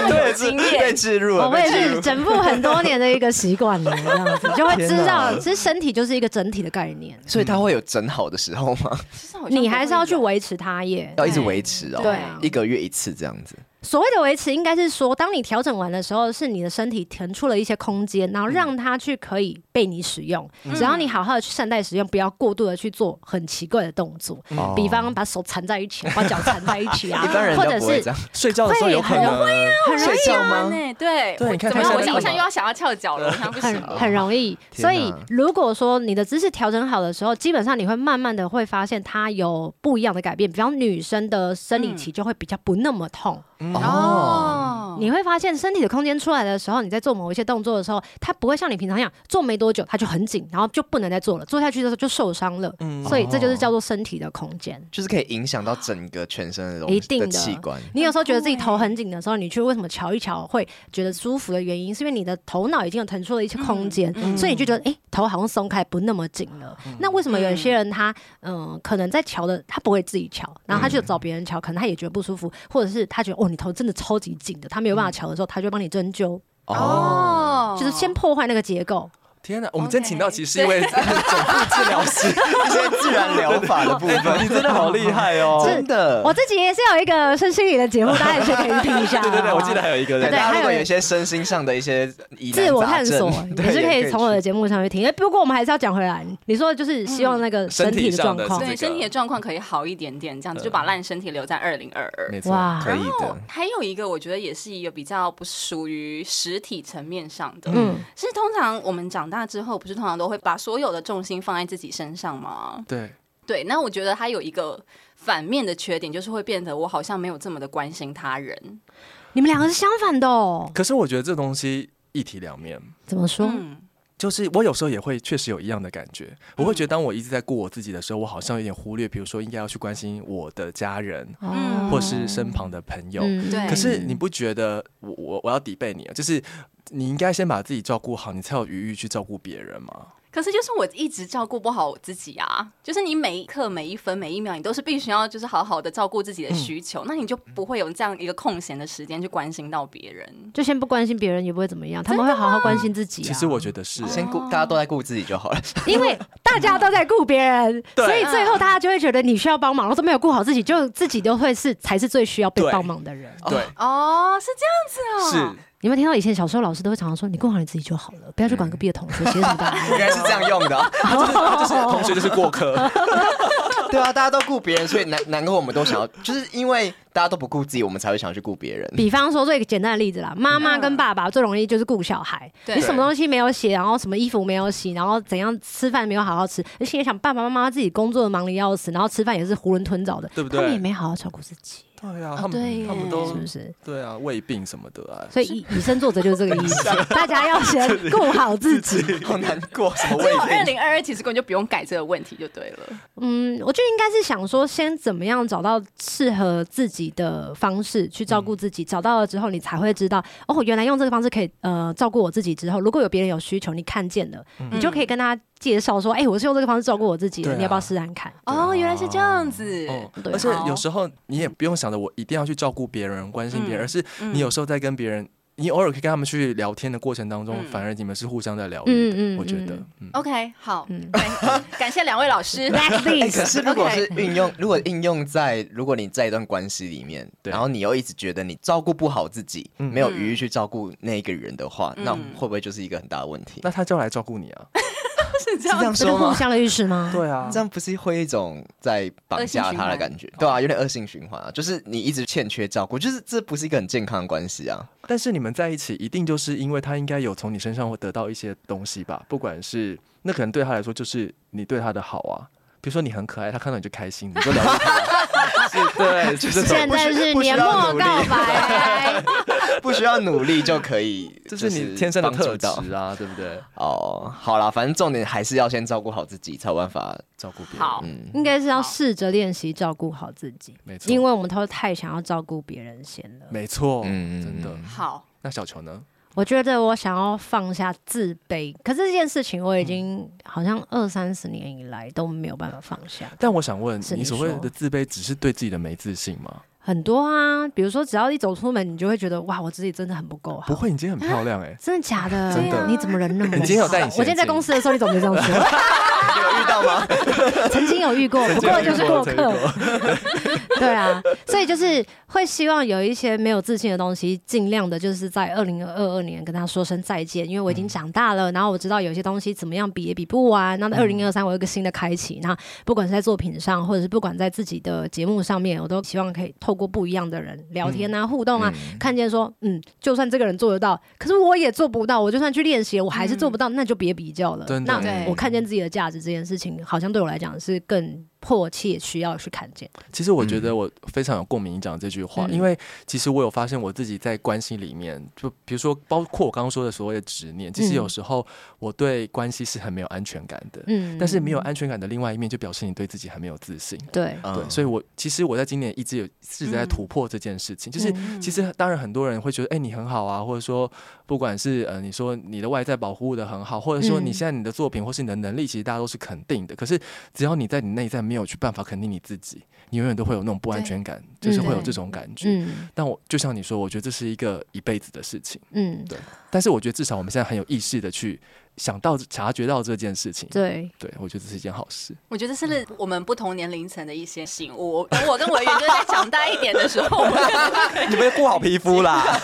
[SPEAKER 3] 对，是被置入了，
[SPEAKER 4] 哦我
[SPEAKER 3] 被
[SPEAKER 4] 也
[SPEAKER 3] 置入
[SPEAKER 4] 是整复很多年的一个习惯了，这样子就会知道，其实身体就是一个整体的概念，
[SPEAKER 3] 所以他会有整好的时候吗？
[SPEAKER 2] 其实好像
[SPEAKER 4] 你还是要去
[SPEAKER 2] 不会有
[SPEAKER 4] 维持它耶。
[SPEAKER 3] 要一直维持哦，
[SPEAKER 4] 对啊
[SPEAKER 3] 一个月一次这样子。
[SPEAKER 4] 所谓的维持，应该是说，当你调整完的时候，是你的身体腾出了一些空间，
[SPEAKER 3] 嗯
[SPEAKER 4] 然后让它去可以被你使用。只要
[SPEAKER 2] 嗯
[SPEAKER 4] 你好好的去善待使用，不要过度的去做很奇怪的动作，
[SPEAKER 3] 哦
[SPEAKER 4] 嗯比方把手缠在一起，把脚缠在一起 啊
[SPEAKER 3] 一般人，
[SPEAKER 4] 或
[SPEAKER 3] 都
[SPEAKER 4] 者
[SPEAKER 3] 不会
[SPEAKER 4] 是
[SPEAKER 3] 这样，
[SPEAKER 1] 睡觉的时候有可
[SPEAKER 4] 会
[SPEAKER 1] 能，
[SPEAKER 4] 很容
[SPEAKER 3] 睡
[SPEAKER 4] 易
[SPEAKER 3] 觉吗？
[SPEAKER 2] 呢对
[SPEAKER 1] 对
[SPEAKER 2] 我
[SPEAKER 1] 你看
[SPEAKER 2] 怎么
[SPEAKER 1] 他
[SPEAKER 2] 样？我
[SPEAKER 1] 现在
[SPEAKER 2] 想，我现在
[SPEAKER 1] 干
[SPEAKER 2] 又
[SPEAKER 1] 嘛
[SPEAKER 2] 要想要翘脚了，我想不行
[SPEAKER 4] 很。很容易。
[SPEAKER 3] 天
[SPEAKER 4] 所以
[SPEAKER 3] 哪
[SPEAKER 4] 如果说你的姿势调整好的时候，基本上你会慢慢的会发现它有不一样的改变，比方女生的生理
[SPEAKER 2] 嗯
[SPEAKER 4] 期就会比较不那么痛，
[SPEAKER 3] 哦，
[SPEAKER 4] 你会发现身体的空间出来的时候，你在做某一些动作的时候，它不会像你平常一样做没多久它就很紧，然后就不能再做了，做下去的时候就受伤了。
[SPEAKER 1] 嗯
[SPEAKER 2] 哦
[SPEAKER 1] 哦
[SPEAKER 4] 所以这
[SPEAKER 3] 哦
[SPEAKER 4] 就是叫做身体的空间。
[SPEAKER 3] 就是可以影响到整个全身的东
[SPEAKER 4] 一
[SPEAKER 3] 西
[SPEAKER 4] 定
[SPEAKER 3] 的
[SPEAKER 4] 的
[SPEAKER 3] 器 官。
[SPEAKER 4] 你有时候觉得自己头很欸紧的时候，你去为什么瞧一瞧会觉得舒服的原因，是因为你的头脑已经有腾出了一些空间，所以你就觉得哎、诶头好像松开，不那么紧了。那为什么有些人他嗯、呃可能在瞧的他不会自己瞧，然后他就找别人瞧，可能他也觉得不舒服，或者是他觉得哦你头真的超级紧的，他没有办法瞧的时候，他就帮你针灸，
[SPEAKER 3] 哦，
[SPEAKER 4] 就是先破坏那个结构。
[SPEAKER 1] 天哪！我们今天
[SPEAKER 2] OK
[SPEAKER 1] 请到其实是一 位整复治疗师，
[SPEAKER 3] 一些自然疗法的 部分，
[SPEAKER 1] 你真的好厉害哦！
[SPEAKER 3] 真的
[SPEAKER 4] 我。自己也是有一个身心灵的节目，大家也是可以听一下。
[SPEAKER 1] 对对对，我记得
[SPEAKER 4] 好不好
[SPEAKER 1] 还有一个
[SPEAKER 3] 对，
[SPEAKER 1] 人
[SPEAKER 3] 大
[SPEAKER 4] 对
[SPEAKER 3] 家如
[SPEAKER 4] 还
[SPEAKER 3] 果
[SPEAKER 4] 有
[SPEAKER 3] 有一些身心上的一些疑难
[SPEAKER 4] 自我
[SPEAKER 3] 杂
[SPEAKER 4] 探
[SPEAKER 3] 症
[SPEAKER 4] 索
[SPEAKER 3] 对
[SPEAKER 4] 也是可
[SPEAKER 3] 也
[SPEAKER 4] 以从我的
[SPEAKER 3] 去
[SPEAKER 4] 节目上去听。哎，不过我们还是要讲回来，你说的就是希望那个身体的
[SPEAKER 1] 嗯身体上
[SPEAKER 4] 状
[SPEAKER 1] 的
[SPEAKER 4] 况
[SPEAKER 1] 这个嗯
[SPEAKER 2] 对身体的状况可以好一点点，这样子就把烂身体留在二零二二。
[SPEAKER 1] 没错，
[SPEAKER 4] 哇，
[SPEAKER 3] 可以的。
[SPEAKER 2] 还有一个，我觉得也是一个比较不属于实体层面上的，
[SPEAKER 4] 嗯，
[SPEAKER 2] 是通常我们长大之后，不是通常都会把所有的重心放在自己身上吗？
[SPEAKER 1] 对，
[SPEAKER 2] 对，那我觉得它有一个反面的缺点，就是会变得我好像没有这么的关心他人。
[SPEAKER 4] 你们两个是相反的哦。
[SPEAKER 1] 可是我觉得这东西一体两面。
[SPEAKER 4] 怎么说？
[SPEAKER 2] 嗯，
[SPEAKER 1] 就是我有时候也会确实有一样的感觉，我会觉得当我一直在顾我自己的时候，我好像有点忽略，比如说应该要去关心我的家人
[SPEAKER 2] 嗯
[SPEAKER 1] 或是身旁的朋友。
[SPEAKER 4] 哦嗯
[SPEAKER 2] 对
[SPEAKER 1] 可是你不觉得我我我要抵背你啊？就是你应该先把自己照顾好，你才有余裕去照顾别人嘛。
[SPEAKER 2] 可是就是我一直照顾不好我自己啊，就是你每一刻、每一分、每一秒，你都是必须要就是好好的照顾自己的需求，那你就不会有这样一个空闲的时间去关心到别人。
[SPEAKER 4] 就先不关心别人也不会怎么样，他们会好好关心自己啊。
[SPEAKER 1] 其实我觉得 是，
[SPEAKER 3] 先
[SPEAKER 4] 哦
[SPEAKER 3] 顾，大家都在顾自己就好 了。
[SPEAKER 4] 因为大家都在顾别人，
[SPEAKER 1] 对
[SPEAKER 4] 所以最后大家就会觉得你需要帮忙，然后都没有顾好自己，就自己都会是才是最需要被
[SPEAKER 1] 对
[SPEAKER 4] 帮忙的人。
[SPEAKER 1] 对，
[SPEAKER 2] 哦，是 这样
[SPEAKER 1] 是
[SPEAKER 2] 子啊，
[SPEAKER 4] 你们听到以前小时候老师都会常常说，你顾好你自己就好了，不要去管隔壁的同学写什么 答案。
[SPEAKER 3] 原来是这样用 的啊，
[SPEAKER 1] 就是同学就是过客，
[SPEAKER 3] 对啊，大家都顾别人，所以难难怪我们都想要，就是因为大家都不顾自己，我们才会想要去顾别人。
[SPEAKER 4] 比方说最简单的例子啦，妈妈跟爸爸最容易就是顾小孩，
[SPEAKER 2] 对
[SPEAKER 4] 你什么东西没有写，然后什么衣服没有洗，然后怎样吃饭没有好好吃，而且也想爸爸妈妈自己工作忙得要死，然后吃饭也是囫囵吞枣的，
[SPEAKER 1] 对不对
[SPEAKER 4] 他们也没好好照顾自己，
[SPEAKER 1] 对啊，他
[SPEAKER 2] 对
[SPEAKER 1] 们
[SPEAKER 2] 耶
[SPEAKER 1] 他们
[SPEAKER 4] 是
[SPEAKER 1] 都
[SPEAKER 4] 不是？
[SPEAKER 1] 对啊，胃病什么的啊，
[SPEAKER 4] 所以以以身作则就是这个 意思，大家要先顾好自己。
[SPEAKER 3] 好难过，什么
[SPEAKER 2] 所以 我
[SPEAKER 3] 胃
[SPEAKER 2] 二
[SPEAKER 3] 病？
[SPEAKER 2] 零二二其实根本就不用改这个问题就对了。
[SPEAKER 4] 嗯，我就应该是想说，先怎么样找到适合自己的方式去照顾自己，找到了之后，你才会知道哦，原来用这个方式可以呃照顾我自己。之后，如果有别人有需求，你看见了，你就可以跟他介绍说，哎、我是用这个方式照顾我自己的，
[SPEAKER 1] 对啊
[SPEAKER 4] 你要不要试试看？
[SPEAKER 2] 哦，原来是这样子。
[SPEAKER 1] 哦，
[SPEAKER 4] 对
[SPEAKER 1] 而且
[SPEAKER 2] 好
[SPEAKER 1] 有时候你也不用想着我一定要去照顾别人、关心别人，
[SPEAKER 2] 嗯
[SPEAKER 1] 而是你有时候在跟别人，你偶尔可以跟他们去聊天的过程当中，
[SPEAKER 2] 嗯
[SPEAKER 1] 反而你们是互相在疗愈的。
[SPEAKER 4] 嗯嗯
[SPEAKER 1] 我觉
[SPEAKER 4] 嗯
[SPEAKER 1] 得，嗯
[SPEAKER 2] OK，好，
[SPEAKER 4] 嗯
[SPEAKER 2] 感感谢两位老师。
[SPEAKER 4] Like
[SPEAKER 3] 哎，
[SPEAKER 4] this，
[SPEAKER 3] 可是如果是运用，如果应用在如果你在一段关系里面，
[SPEAKER 1] 对
[SPEAKER 3] 然后你又一直觉得你照顾不好自己，
[SPEAKER 1] 嗯
[SPEAKER 3] 没有余裕去照顾那一个人的话，
[SPEAKER 2] 嗯
[SPEAKER 3] 那会不会就是一个很大的问题？
[SPEAKER 1] 那他就要来照顾你 啊，
[SPEAKER 2] 是这
[SPEAKER 3] 是这
[SPEAKER 2] 样
[SPEAKER 3] 样
[SPEAKER 4] 这是
[SPEAKER 3] 说
[SPEAKER 4] 互
[SPEAKER 3] 吗？
[SPEAKER 4] 相的预示吗？
[SPEAKER 1] 对啊
[SPEAKER 3] 这，样不是会一种在绑架他的感觉，对啊，有点恶性循环啊，就是你一直欠缺照顾，就是这不是一个很健康的关系啊。
[SPEAKER 1] 但是你们在一起一定就是因为他应该有从你身上会得到一些东西吧，不管是那可能对他来说就是你对他的好啊，比如说你很可爱，他看到你就开心，你就疗愈他，
[SPEAKER 3] 对，就是这
[SPEAKER 4] 现
[SPEAKER 3] 种
[SPEAKER 4] 在是年末告白，
[SPEAKER 3] 不需要努力就可以，
[SPEAKER 1] 这是你天生的
[SPEAKER 3] 帮助
[SPEAKER 1] 特
[SPEAKER 3] 到
[SPEAKER 1] 质啊，对不对？
[SPEAKER 3] 哦。好啦，反正重点还是要先照顾好自己，才有办法。
[SPEAKER 1] 照顾别人，
[SPEAKER 2] 好，
[SPEAKER 3] 嗯，
[SPEAKER 4] 应该是要试着练习照顾好自己，
[SPEAKER 1] 没错，
[SPEAKER 4] 因为我们都太想要照顾别人先了。
[SPEAKER 1] 没错，
[SPEAKER 3] 嗯
[SPEAKER 1] 真的。
[SPEAKER 2] 好，
[SPEAKER 1] 那小球呢？
[SPEAKER 4] 我觉得我想要放下自卑，可是这件事情我已经
[SPEAKER 1] 嗯
[SPEAKER 4] 好像二三十年以来都没有办法放下。
[SPEAKER 1] 但我想问，
[SPEAKER 4] 是
[SPEAKER 1] 你
[SPEAKER 4] 你
[SPEAKER 1] 所谓
[SPEAKER 4] 说
[SPEAKER 1] 的自卑，只是对自己的没自信吗？
[SPEAKER 4] 很多啊，比如说只要一走出门，你就会觉得哇，我自己真的很不够好。啊
[SPEAKER 1] 不，会，你今天很漂亮哎，
[SPEAKER 4] 真的假的？
[SPEAKER 1] 真的
[SPEAKER 4] 你怎么人那么好？
[SPEAKER 1] 你今天有戴隐形
[SPEAKER 4] 啊我今天在
[SPEAKER 1] 眼镜
[SPEAKER 4] 公司的时候，你怎么没这样说？
[SPEAKER 3] 有遇到吗？
[SPEAKER 4] 曾经有遇过，不过就是过
[SPEAKER 1] 曾经有遇
[SPEAKER 4] 客。 对啊，所以就是会希望有一些没有自信的东西，尽量的就是在二零二二年跟他说声再见，因为我已
[SPEAKER 1] 嗯
[SPEAKER 4] 经长大了，然后我知道有些东西怎么样比也比不
[SPEAKER 1] 嗯
[SPEAKER 4] 完。那二零二三我有一个新的开启，那不管是在作品上，或者是不管在自己的节目上面，我都希望可以透过不一样的人聊天
[SPEAKER 1] 嗯
[SPEAKER 4] 啊、互动啊，看见说，嗯，就算这个人做得到，可是我也做不到，我就算去练习，我还是做不到，那就别比较了
[SPEAKER 1] 真。的
[SPEAKER 4] 那
[SPEAKER 2] 对
[SPEAKER 4] 我看见自己的价值这件事情，好像对我来讲是更迫切需要去看见。
[SPEAKER 1] 其实我觉得我非常有共鸣，你讲这句话，
[SPEAKER 4] 嗯
[SPEAKER 1] 因为其实我有发现我自己在关系里面，就比如说包括我刚刚说的所谓的执
[SPEAKER 4] 嗯
[SPEAKER 1] 念，其实有时候我对关系是很没有安全感的。
[SPEAKER 4] 嗯，
[SPEAKER 1] 但是没有安全感的另外一面，就表示你对自己还没有自信。
[SPEAKER 4] 对，
[SPEAKER 3] 嗯
[SPEAKER 1] 对，所以我其实我在今年一直有试着在
[SPEAKER 4] 嗯
[SPEAKER 1] 突破这件事情，就是其实当然很多人会觉得，哎、你很好啊，或者说不管是呃你说你的外在保护的很好，或者说你
[SPEAKER 4] 嗯
[SPEAKER 1] 现在你的作品或是你的能力，其实大家都是肯定的。可是只要你在你内在没有去办法肯定你自己，你永远都会有那种不安全感，就是会有这种感觉。
[SPEAKER 4] 嗯
[SPEAKER 1] 但我就像你说，我觉得这是一个一辈子的事情，
[SPEAKER 4] 嗯，
[SPEAKER 1] 但是我觉得至少我们现在很有意识的去想到察觉到这件事情。
[SPEAKER 4] 对，
[SPEAKER 1] 对，我觉得这是一件好事。
[SPEAKER 2] 嗯我觉得是不是我们不同年龄层的一些醒悟。我我跟我圆就是在长大一点的时候，我们
[SPEAKER 3] 你们顾好皮肤啦。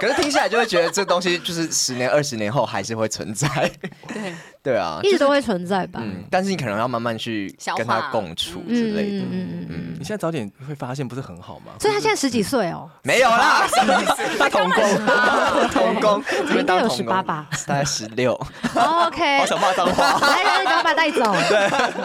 [SPEAKER 3] 可是听起来就会觉得这东西就是十年、二十年后还是会存在，
[SPEAKER 2] 对
[SPEAKER 3] 对啊，
[SPEAKER 4] 一直都会存在吧。
[SPEAKER 3] 嗯，但是你可能要慢慢去
[SPEAKER 2] 消化
[SPEAKER 3] 跟他共处之类的，
[SPEAKER 4] 嗯嗯嗯。
[SPEAKER 3] 嗯
[SPEAKER 1] 你，现在早点会发现，不是很好吗？
[SPEAKER 4] 所以他现在十几岁 哦，
[SPEAKER 3] 没有 啦，什么意思？他童工，童工，这边当
[SPEAKER 4] 应该有
[SPEAKER 3] 童工
[SPEAKER 4] 18吧，
[SPEAKER 3] 大概十六，
[SPEAKER 4] 哦 OK，
[SPEAKER 3] 好想骂脏话。
[SPEAKER 4] 来来来，赶快把他带 走。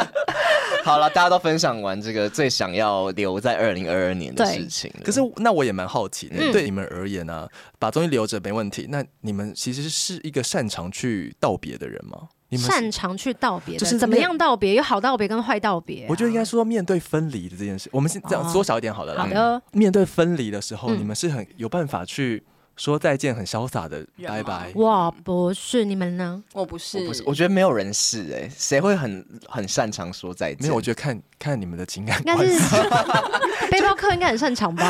[SPEAKER 3] 好了，大家都分享完这个最想要留在二零二二年的
[SPEAKER 4] 对嗯
[SPEAKER 3] 事情了，
[SPEAKER 1] 可是那我也蛮好奇的，对你们而言呢、把东西留着没问题。那你们其实是一个擅长去道别的人吗？你们是
[SPEAKER 4] 擅长去道别的，
[SPEAKER 1] 就是
[SPEAKER 4] 怎么样道别？有好道别跟坏道别啊。
[SPEAKER 1] 我觉得应该说面对分离的这件事，我们先这样
[SPEAKER 4] 哦
[SPEAKER 1] 缩小一点好了啦。
[SPEAKER 4] 好的，
[SPEAKER 1] 面对分离的时候，
[SPEAKER 4] 嗯
[SPEAKER 1] 你们是很有办法去说再见，很潇洒的
[SPEAKER 2] 远
[SPEAKER 1] 拜
[SPEAKER 2] 吗
[SPEAKER 1] 拜。
[SPEAKER 4] 我不是你们呢？
[SPEAKER 2] 我不
[SPEAKER 3] 我
[SPEAKER 2] 是，
[SPEAKER 3] 不是，我觉得没有人是哎，谁会很很擅长说再见？
[SPEAKER 1] 没有，我觉得看看你们的情感
[SPEAKER 4] 应该
[SPEAKER 1] 关 系，
[SPEAKER 4] 是背包客应该很擅 长吧？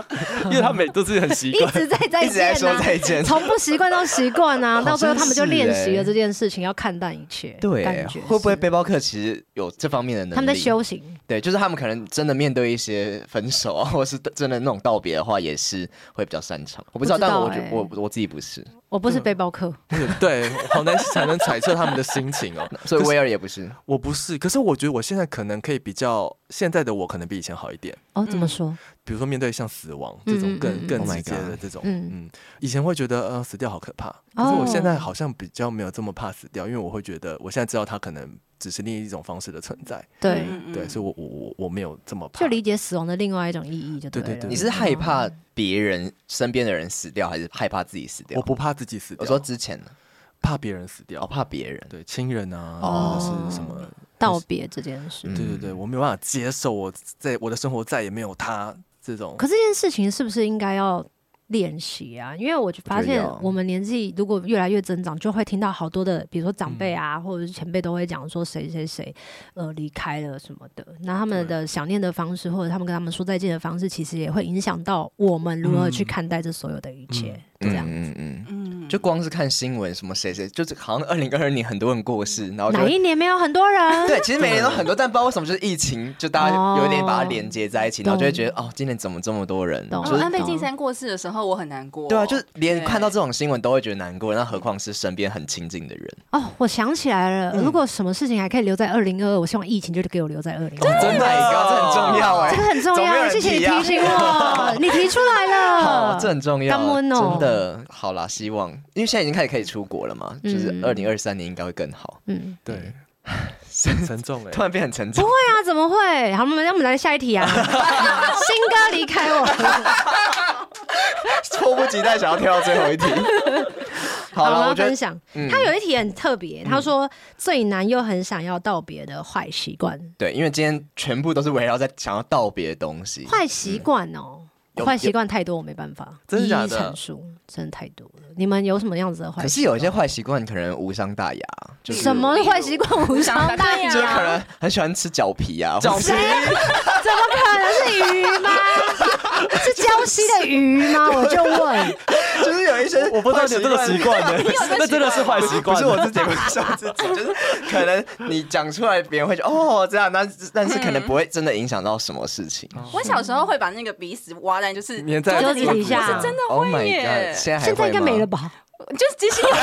[SPEAKER 1] 因为他们都是很习
[SPEAKER 4] 一
[SPEAKER 1] 惯。
[SPEAKER 4] 直在再
[SPEAKER 3] 一直在
[SPEAKER 4] 见
[SPEAKER 3] 说
[SPEAKER 4] 啊，
[SPEAKER 3] 再见，
[SPEAKER 4] 从不习惯到习惯啊，
[SPEAKER 3] 好
[SPEAKER 4] 到最后他们就
[SPEAKER 3] 像是
[SPEAKER 4] 练习
[SPEAKER 3] 欸
[SPEAKER 4] 了这件事情，要看淡一切。
[SPEAKER 3] 对
[SPEAKER 4] 感
[SPEAKER 3] 欸，
[SPEAKER 4] 觉
[SPEAKER 3] 会不会
[SPEAKER 4] 是
[SPEAKER 3] 背包客其实有这方面的能力？
[SPEAKER 4] 他们在修行？
[SPEAKER 3] 对，就是他们可能真的面对一些分手啊，或是真的那种道别的话，也是会比较擅长。我不知道，
[SPEAKER 4] 不知
[SPEAKER 3] 但
[SPEAKER 4] 道
[SPEAKER 3] 我觉
[SPEAKER 4] 欸
[SPEAKER 3] 我我自己不是，
[SPEAKER 4] 我不是背包客，
[SPEAKER 1] 对，好难才能揣测他们的心情哦。
[SPEAKER 3] 所以
[SPEAKER 1] 可是
[SPEAKER 3] 威尔也不
[SPEAKER 4] 嗯
[SPEAKER 3] 是。
[SPEAKER 1] 我不是，可是我觉得我现在可能可以比较，现在的我可能比以前好一点。
[SPEAKER 4] 哦，怎么说？
[SPEAKER 1] 比如说面对像死亡这种
[SPEAKER 4] 嗯
[SPEAKER 1] 更、
[SPEAKER 4] 嗯嗯
[SPEAKER 1] 更
[SPEAKER 3] Oh my
[SPEAKER 1] 直接的
[SPEAKER 3] God
[SPEAKER 1] 这种，嗯
[SPEAKER 4] 嗯
[SPEAKER 1] 以前会觉得呃死掉好可怕，可是我现在好像比较没有这么怕死掉，因为我会觉得我现在知道它可能只是另一种方式的存在，
[SPEAKER 4] 对，
[SPEAKER 2] 嗯
[SPEAKER 3] 嗯
[SPEAKER 1] 对，所以我我我我没有这么怕。
[SPEAKER 4] 就理解死亡的另外一种意义，就
[SPEAKER 1] 对
[SPEAKER 4] 了。嗯
[SPEAKER 1] 对对
[SPEAKER 3] 你是害怕别人身边的人死掉，还是害怕自己死掉？
[SPEAKER 1] 我不怕自己死掉，
[SPEAKER 3] 我说哦之前呢，
[SPEAKER 1] 怕别人死掉，
[SPEAKER 3] 我怕别人。
[SPEAKER 1] 对亲人啊、
[SPEAKER 3] 哦
[SPEAKER 1] 或者是什么。
[SPEAKER 4] 道别这件事。
[SPEAKER 1] 对对对，我没有办法接受我在我的生活再也没有他这种。
[SPEAKER 4] 可是这件事情是不是应该要练习啊？因为我就发
[SPEAKER 3] 我觉
[SPEAKER 4] 现
[SPEAKER 3] 得要，
[SPEAKER 4] 我们年纪如果越来越增长，就会听到好多的，比如说长辈啊，或者是前辈都会讲说谁谁谁呃离开了什么的。那他们的想念的方式，或者他们跟他们说再见的方式，其实也会影响到我们如何去看待这所有的一切。这样，
[SPEAKER 3] 嗯嗯
[SPEAKER 2] 嗯
[SPEAKER 3] 嗯，就光是看新闻，什么谁谁，就是好像二零二二年很多人过世，然后就
[SPEAKER 4] 哪一年没有很多人？
[SPEAKER 3] 对，其实每年都很多，但不知道为什么就是疫情，就大家有点把它连接在一起，然后就会觉得哦，今年怎么这么多人？
[SPEAKER 4] 懂
[SPEAKER 2] 然
[SPEAKER 3] 就
[SPEAKER 2] 后
[SPEAKER 3] 是嗯
[SPEAKER 2] 哦安倍晋三过世的时候，我很难过。
[SPEAKER 3] 对啊，就是连
[SPEAKER 2] 对
[SPEAKER 3] 看到这种新闻都会觉得难过，那何况是身边很亲近的人？
[SPEAKER 4] 哦，我想起来了，如果什么事情还可以留在二零二二，我希望疫情就给我留在二 零二二。
[SPEAKER 3] 真的，Oh 这很重要哎
[SPEAKER 4] 这个很重
[SPEAKER 3] 总没有
[SPEAKER 4] 要，
[SPEAKER 3] 人
[SPEAKER 4] 谢谢你
[SPEAKER 3] 提啊
[SPEAKER 4] 提醒我，你提出来了
[SPEAKER 3] 好，，这很重
[SPEAKER 4] 感
[SPEAKER 3] 要，欸
[SPEAKER 4] 恩哦
[SPEAKER 3] 真的。好啦，希望，因为现在已经开始可以出国了嘛，就是
[SPEAKER 4] 嗯
[SPEAKER 3] 二零二三年应该会更好。
[SPEAKER 4] 嗯，
[SPEAKER 1] 对，沉重哎、
[SPEAKER 3] 突然变很沉
[SPEAKER 4] 不
[SPEAKER 3] 重
[SPEAKER 4] 会。啊，怎么会？好，我们让我们来下一题啊。新歌离开我，
[SPEAKER 3] 迫不及待想要跳到最后 一题。好了，
[SPEAKER 4] 我
[SPEAKER 3] 我觉
[SPEAKER 4] 分
[SPEAKER 3] 得嗯
[SPEAKER 4] 享。他有一题很特别，他说最难又很想要道别的坏习惯，
[SPEAKER 3] 对，因为今天全部都是围绕在想要道别的东西。
[SPEAKER 4] 坏习惯哦，
[SPEAKER 3] 有
[SPEAKER 4] 坏习惯太多，我没办法
[SPEAKER 1] 真的
[SPEAKER 4] 一一
[SPEAKER 1] 假的
[SPEAKER 4] 阐述，真的太多了。你们有什么样子的坏？
[SPEAKER 3] 可是有一些坏习惯可能无伤大雅，就是
[SPEAKER 4] 什么坏习惯无伤大雅？
[SPEAKER 3] 就是可能很喜欢吃脚皮啊，
[SPEAKER 1] 脚
[SPEAKER 3] 或
[SPEAKER 1] 皮
[SPEAKER 3] 是
[SPEAKER 4] 怎么可能是鱼吗？是礁溪的
[SPEAKER 2] 嗯
[SPEAKER 4] 鱼吗？我就 问，
[SPEAKER 3] 就是有一些
[SPEAKER 1] 我不知道你有这个习 惯的，那真的是坏习
[SPEAKER 3] 不
[SPEAKER 1] 惯。欸
[SPEAKER 3] 是我自己，不是 我 自己，就是可能你讲出来，别人会觉得哦这样，但是但是可能不会真的影响到什么事情。
[SPEAKER 1] 嗯
[SPEAKER 2] 我小时候会把那个鼻屎挖在就是
[SPEAKER 1] 粘在
[SPEAKER 2] 桌
[SPEAKER 4] 桌子底下
[SPEAKER 2] 我是真的
[SPEAKER 3] Oh
[SPEAKER 2] 会
[SPEAKER 3] my
[SPEAKER 2] 耶
[SPEAKER 3] god！，现在还
[SPEAKER 4] 现在
[SPEAKER 3] 会
[SPEAKER 4] 应该没了
[SPEAKER 3] 吗？
[SPEAKER 4] 吧？
[SPEAKER 2] 就是 即使你会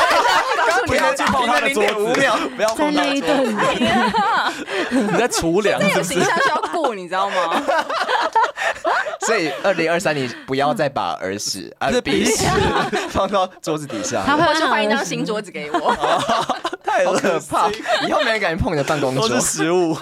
[SPEAKER 2] 告诉你
[SPEAKER 1] 不要去碰他的桌子，
[SPEAKER 3] 0.5秒
[SPEAKER 1] 不要
[SPEAKER 4] 在
[SPEAKER 1] 碰他
[SPEAKER 4] 那
[SPEAKER 1] 的
[SPEAKER 4] 一
[SPEAKER 1] 桌子。
[SPEAKER 4] 顿，
[SPEAKER 1] 你在厨 粮
[SPEAKER 2] 这
[SPEAKER 1] 是
[SPEAKER 2] 个
[SPEAKER 1] 不是
[SPEAKER 2] 形？象需要顾，你知道吗？
[SPEAKER 3] 所以二零二三你不要再把耳 屎、啊
[SPEAKER 1] 这
[SPEAKER 3] 鼻
[SPEAKER 1] 鼻
[SPEAKER 3] 屎
[SPEAKER 1] 屎
[SPEAKER 3] 放到桌子底下，
[SPEAKER 4] 他 会
[SPEAKER 2] 我去换一张新桌子给 我。
[SPEAKER 3] 太可怕！以后没人敢碰你的办公
[SPEAKER 1] 都
[SPEAKER 3] 桌，
[SPEAKER 1] 是食物。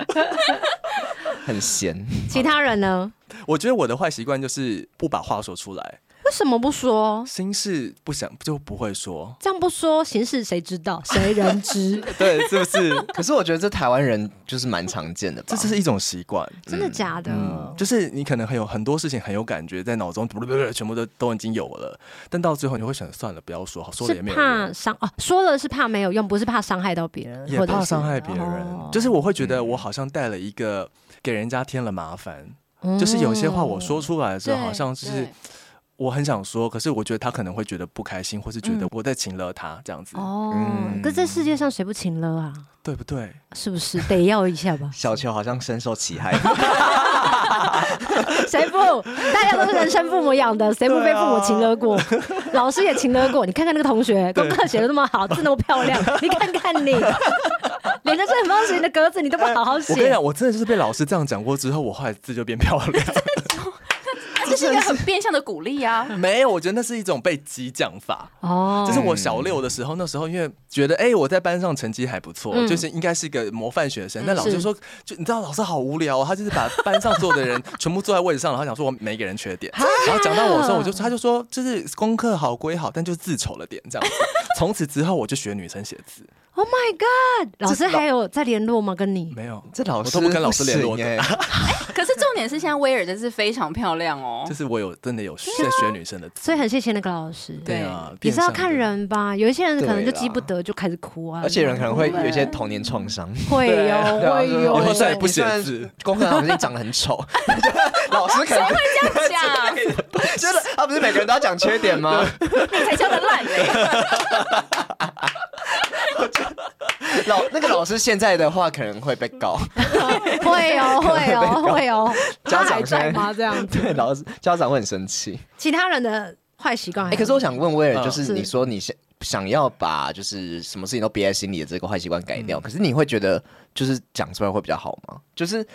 [SPEAKER 3] 很咸。
[SPEAKER 4] 其他人呢？
[SPEAKER 1] 我觉得我的坏习惯就是不把话说出来，
[SPEAKER 4] 为什么不说？
[SPEAKER 1] 心事不想就不会说。
[SPEAKER 4] 这样不说，形势谁知道？谁人知？
[SPEAKER 1] 对，是不是？
[SPEAKER 3] 可是我觉得这台湾人就是蛮常见的吧，
[SPEAKER 1] 这就是一种习惯。
[SPEAKER 4] 真的假的？
[SPEAKER 1] 嗯，就是你可能很有很多事情很有感觉，在脑中不不不全部都都已经有了，但到最后你会想算了，不要说，好说了
[SPEAKER 4] 是
[SPEAKER 1] 也没有用。
[SPEAKER 4] 怕伤哦，说了是怕没有用，不是怕伤害到别人，
[SPEAKER 1] 也
[SPEAKER 4] 或者
[SPEAKER 1] 怕
[SPEAKER 4] 是
[SPEAKER 1] 伤害别人
[SPEAKER 4] 哦，
[SPEAKER 1] 就是我会觉得我好像带了一个给人家添了麻烦，就是有些话我说出来的时候，好像就是我很想说，可是我觉得他可能会觉得不开心，或是觉得我在请了他这样子，
[SPEAKER 4] 哦。
[SPEAKER 3] 嗯？
[SPEAKER 4] 可这世界上谁不情了啊？
[SPEAKER 1] 对不对？
[SPEAKER 4] 是 不是得要一下吧
[SPEAKER 3] 小球好像深受其害，
[SPEAKER 4] 谁不？大家都是人生父母养
[SPEAKER 1] 啊
[SPEAKER 4] 的，谁不被父母情勒过？老师也情勒过。你看看那个同学，功课写的那么好，字那么漂 亮，你看看你，连个正方形的格子你都不好好
[SPEAKER 1] 我跟你
[SPEAKER 4] 写，
[SPEAKER 1] 讲，我真的就是被老师这样讲过之后，我后来字就变漂亮。
[SPEAKER 2] 这是一个很变相的鼓励啊！嗯
[SPEAKER 1] 没有，我觉得那是一种被激将法。
[SPEAKER 4] 哦
[SPEAKER 1] 就是我小六的时候，那时候因为觉得哎、我在班上成绩还不错，
[SPEAKER 4] 嗯
[SPEAKER 1] 就是应该是一个模范学
[SPEAKER 2] 嗯
[SPEAKER 1] 生。但老师
[SPEAKER 4] 是
[SPEAKER 1] 说，就你知道老师好无聊、哦，他就是把班上所有的人全部坐在位置上，然后讲说我每一个人缺点，然后讲到我的时候，我就他就说就是功课好归好，但就字丑了点这样子。从此之后我就学女生写字，
[SPEAKER 4] Oh my God！老师还有在联络吗？跟你？
[SPEAKER 1] 没有，
[SPEAKER 3] 这老师
[SPEAKER 1] 我都不跟老师联络
[SPEAKER 3] 不
[SPEAKER 1] 的
[SPEAKER 3] 行欸，
[SPEAKER 2] 可是重点是，现在威尔真是非常漂亮哦
[SPEAKER 1] 就。是我有真的有在
[SPEAKER 2] 啊
[SPEAKER 1] 学女生的字。
[SPEAKER 4] 所以很谢谢那个老师。
[SPEAKER 2] 对
[SPEAKER 1] 啊，
[SPEAKER 4] 也
[SPEAKER 1] 变
[SPEAKER 4] 是要
[SPEAKER 1] 相
[SPEAKER 4] 看
[SPEAKER 1] 的。
[SPEAKER 4] 人吧，有一些人可能
[SPEAKER 3] 对
[SPEAKER 4] 就
[SPEAKER 3] 啦
[SPEAKER 4] 急不得就开始哭啊，
[SPEAKER 3] 而且人可能会有一些童年创伤。
[SPEAKER 4] 会有
[SPEAKER 3] 对
[SPEAKER 1] 哎
[SPEAKER 3] 啊
[SPEAKER 4] 会
[SPEAKER 3] 就是
[SPEAKER 1] 我
[SPEAKER 4] 有
[SPEAKER 1] 再也
[SPEAKER 3] 你
[SPEAKER 1] 不写
[SPEAKER 3] 虽然
[SPEAKER 1] 字
[SPEAKER 3] 功课好像已经长得很丑， 老师可能
[SPEAKER 2] 这样
[SPEAKER 3] 真的，他不是每个人都要讲缺点吗？
[SPEAKER 2] 你才叫得烂嘞！
[SPEAKER 3] 老那个老师现在的话可能会被 告，
[SPEAKER 4] 会 有会有会有，
[SPEAKER 3] 家
[SPEAKER 4] 他
[SPEAKER 3] 长
[SPEAKER 4] 还
[SPEAKER 3] 现在
[SPEAKER 4] 在吗？这 样子，
[SPEAKER 3] 对老师家长会很生气。
[SPEAKER 4] 其他人的坏习惯还
[SPEAKER 3] 哎、
[SPEAKER 4] 有吗，
[SPEAKER 3] 可是我想问威尔，
[SPEAKER 1] 嗯
[SPEAKER 3] 就是
[SPEAKER 4] 是
[SPEAKER 3] 你说你想想要把就是什么事情都憋在心里的这个坏习惯改
[SPEAKER 1] 嗯
[SPEAKER 3] 掉，可是你会觉得就是讲出来会比较好吗？就是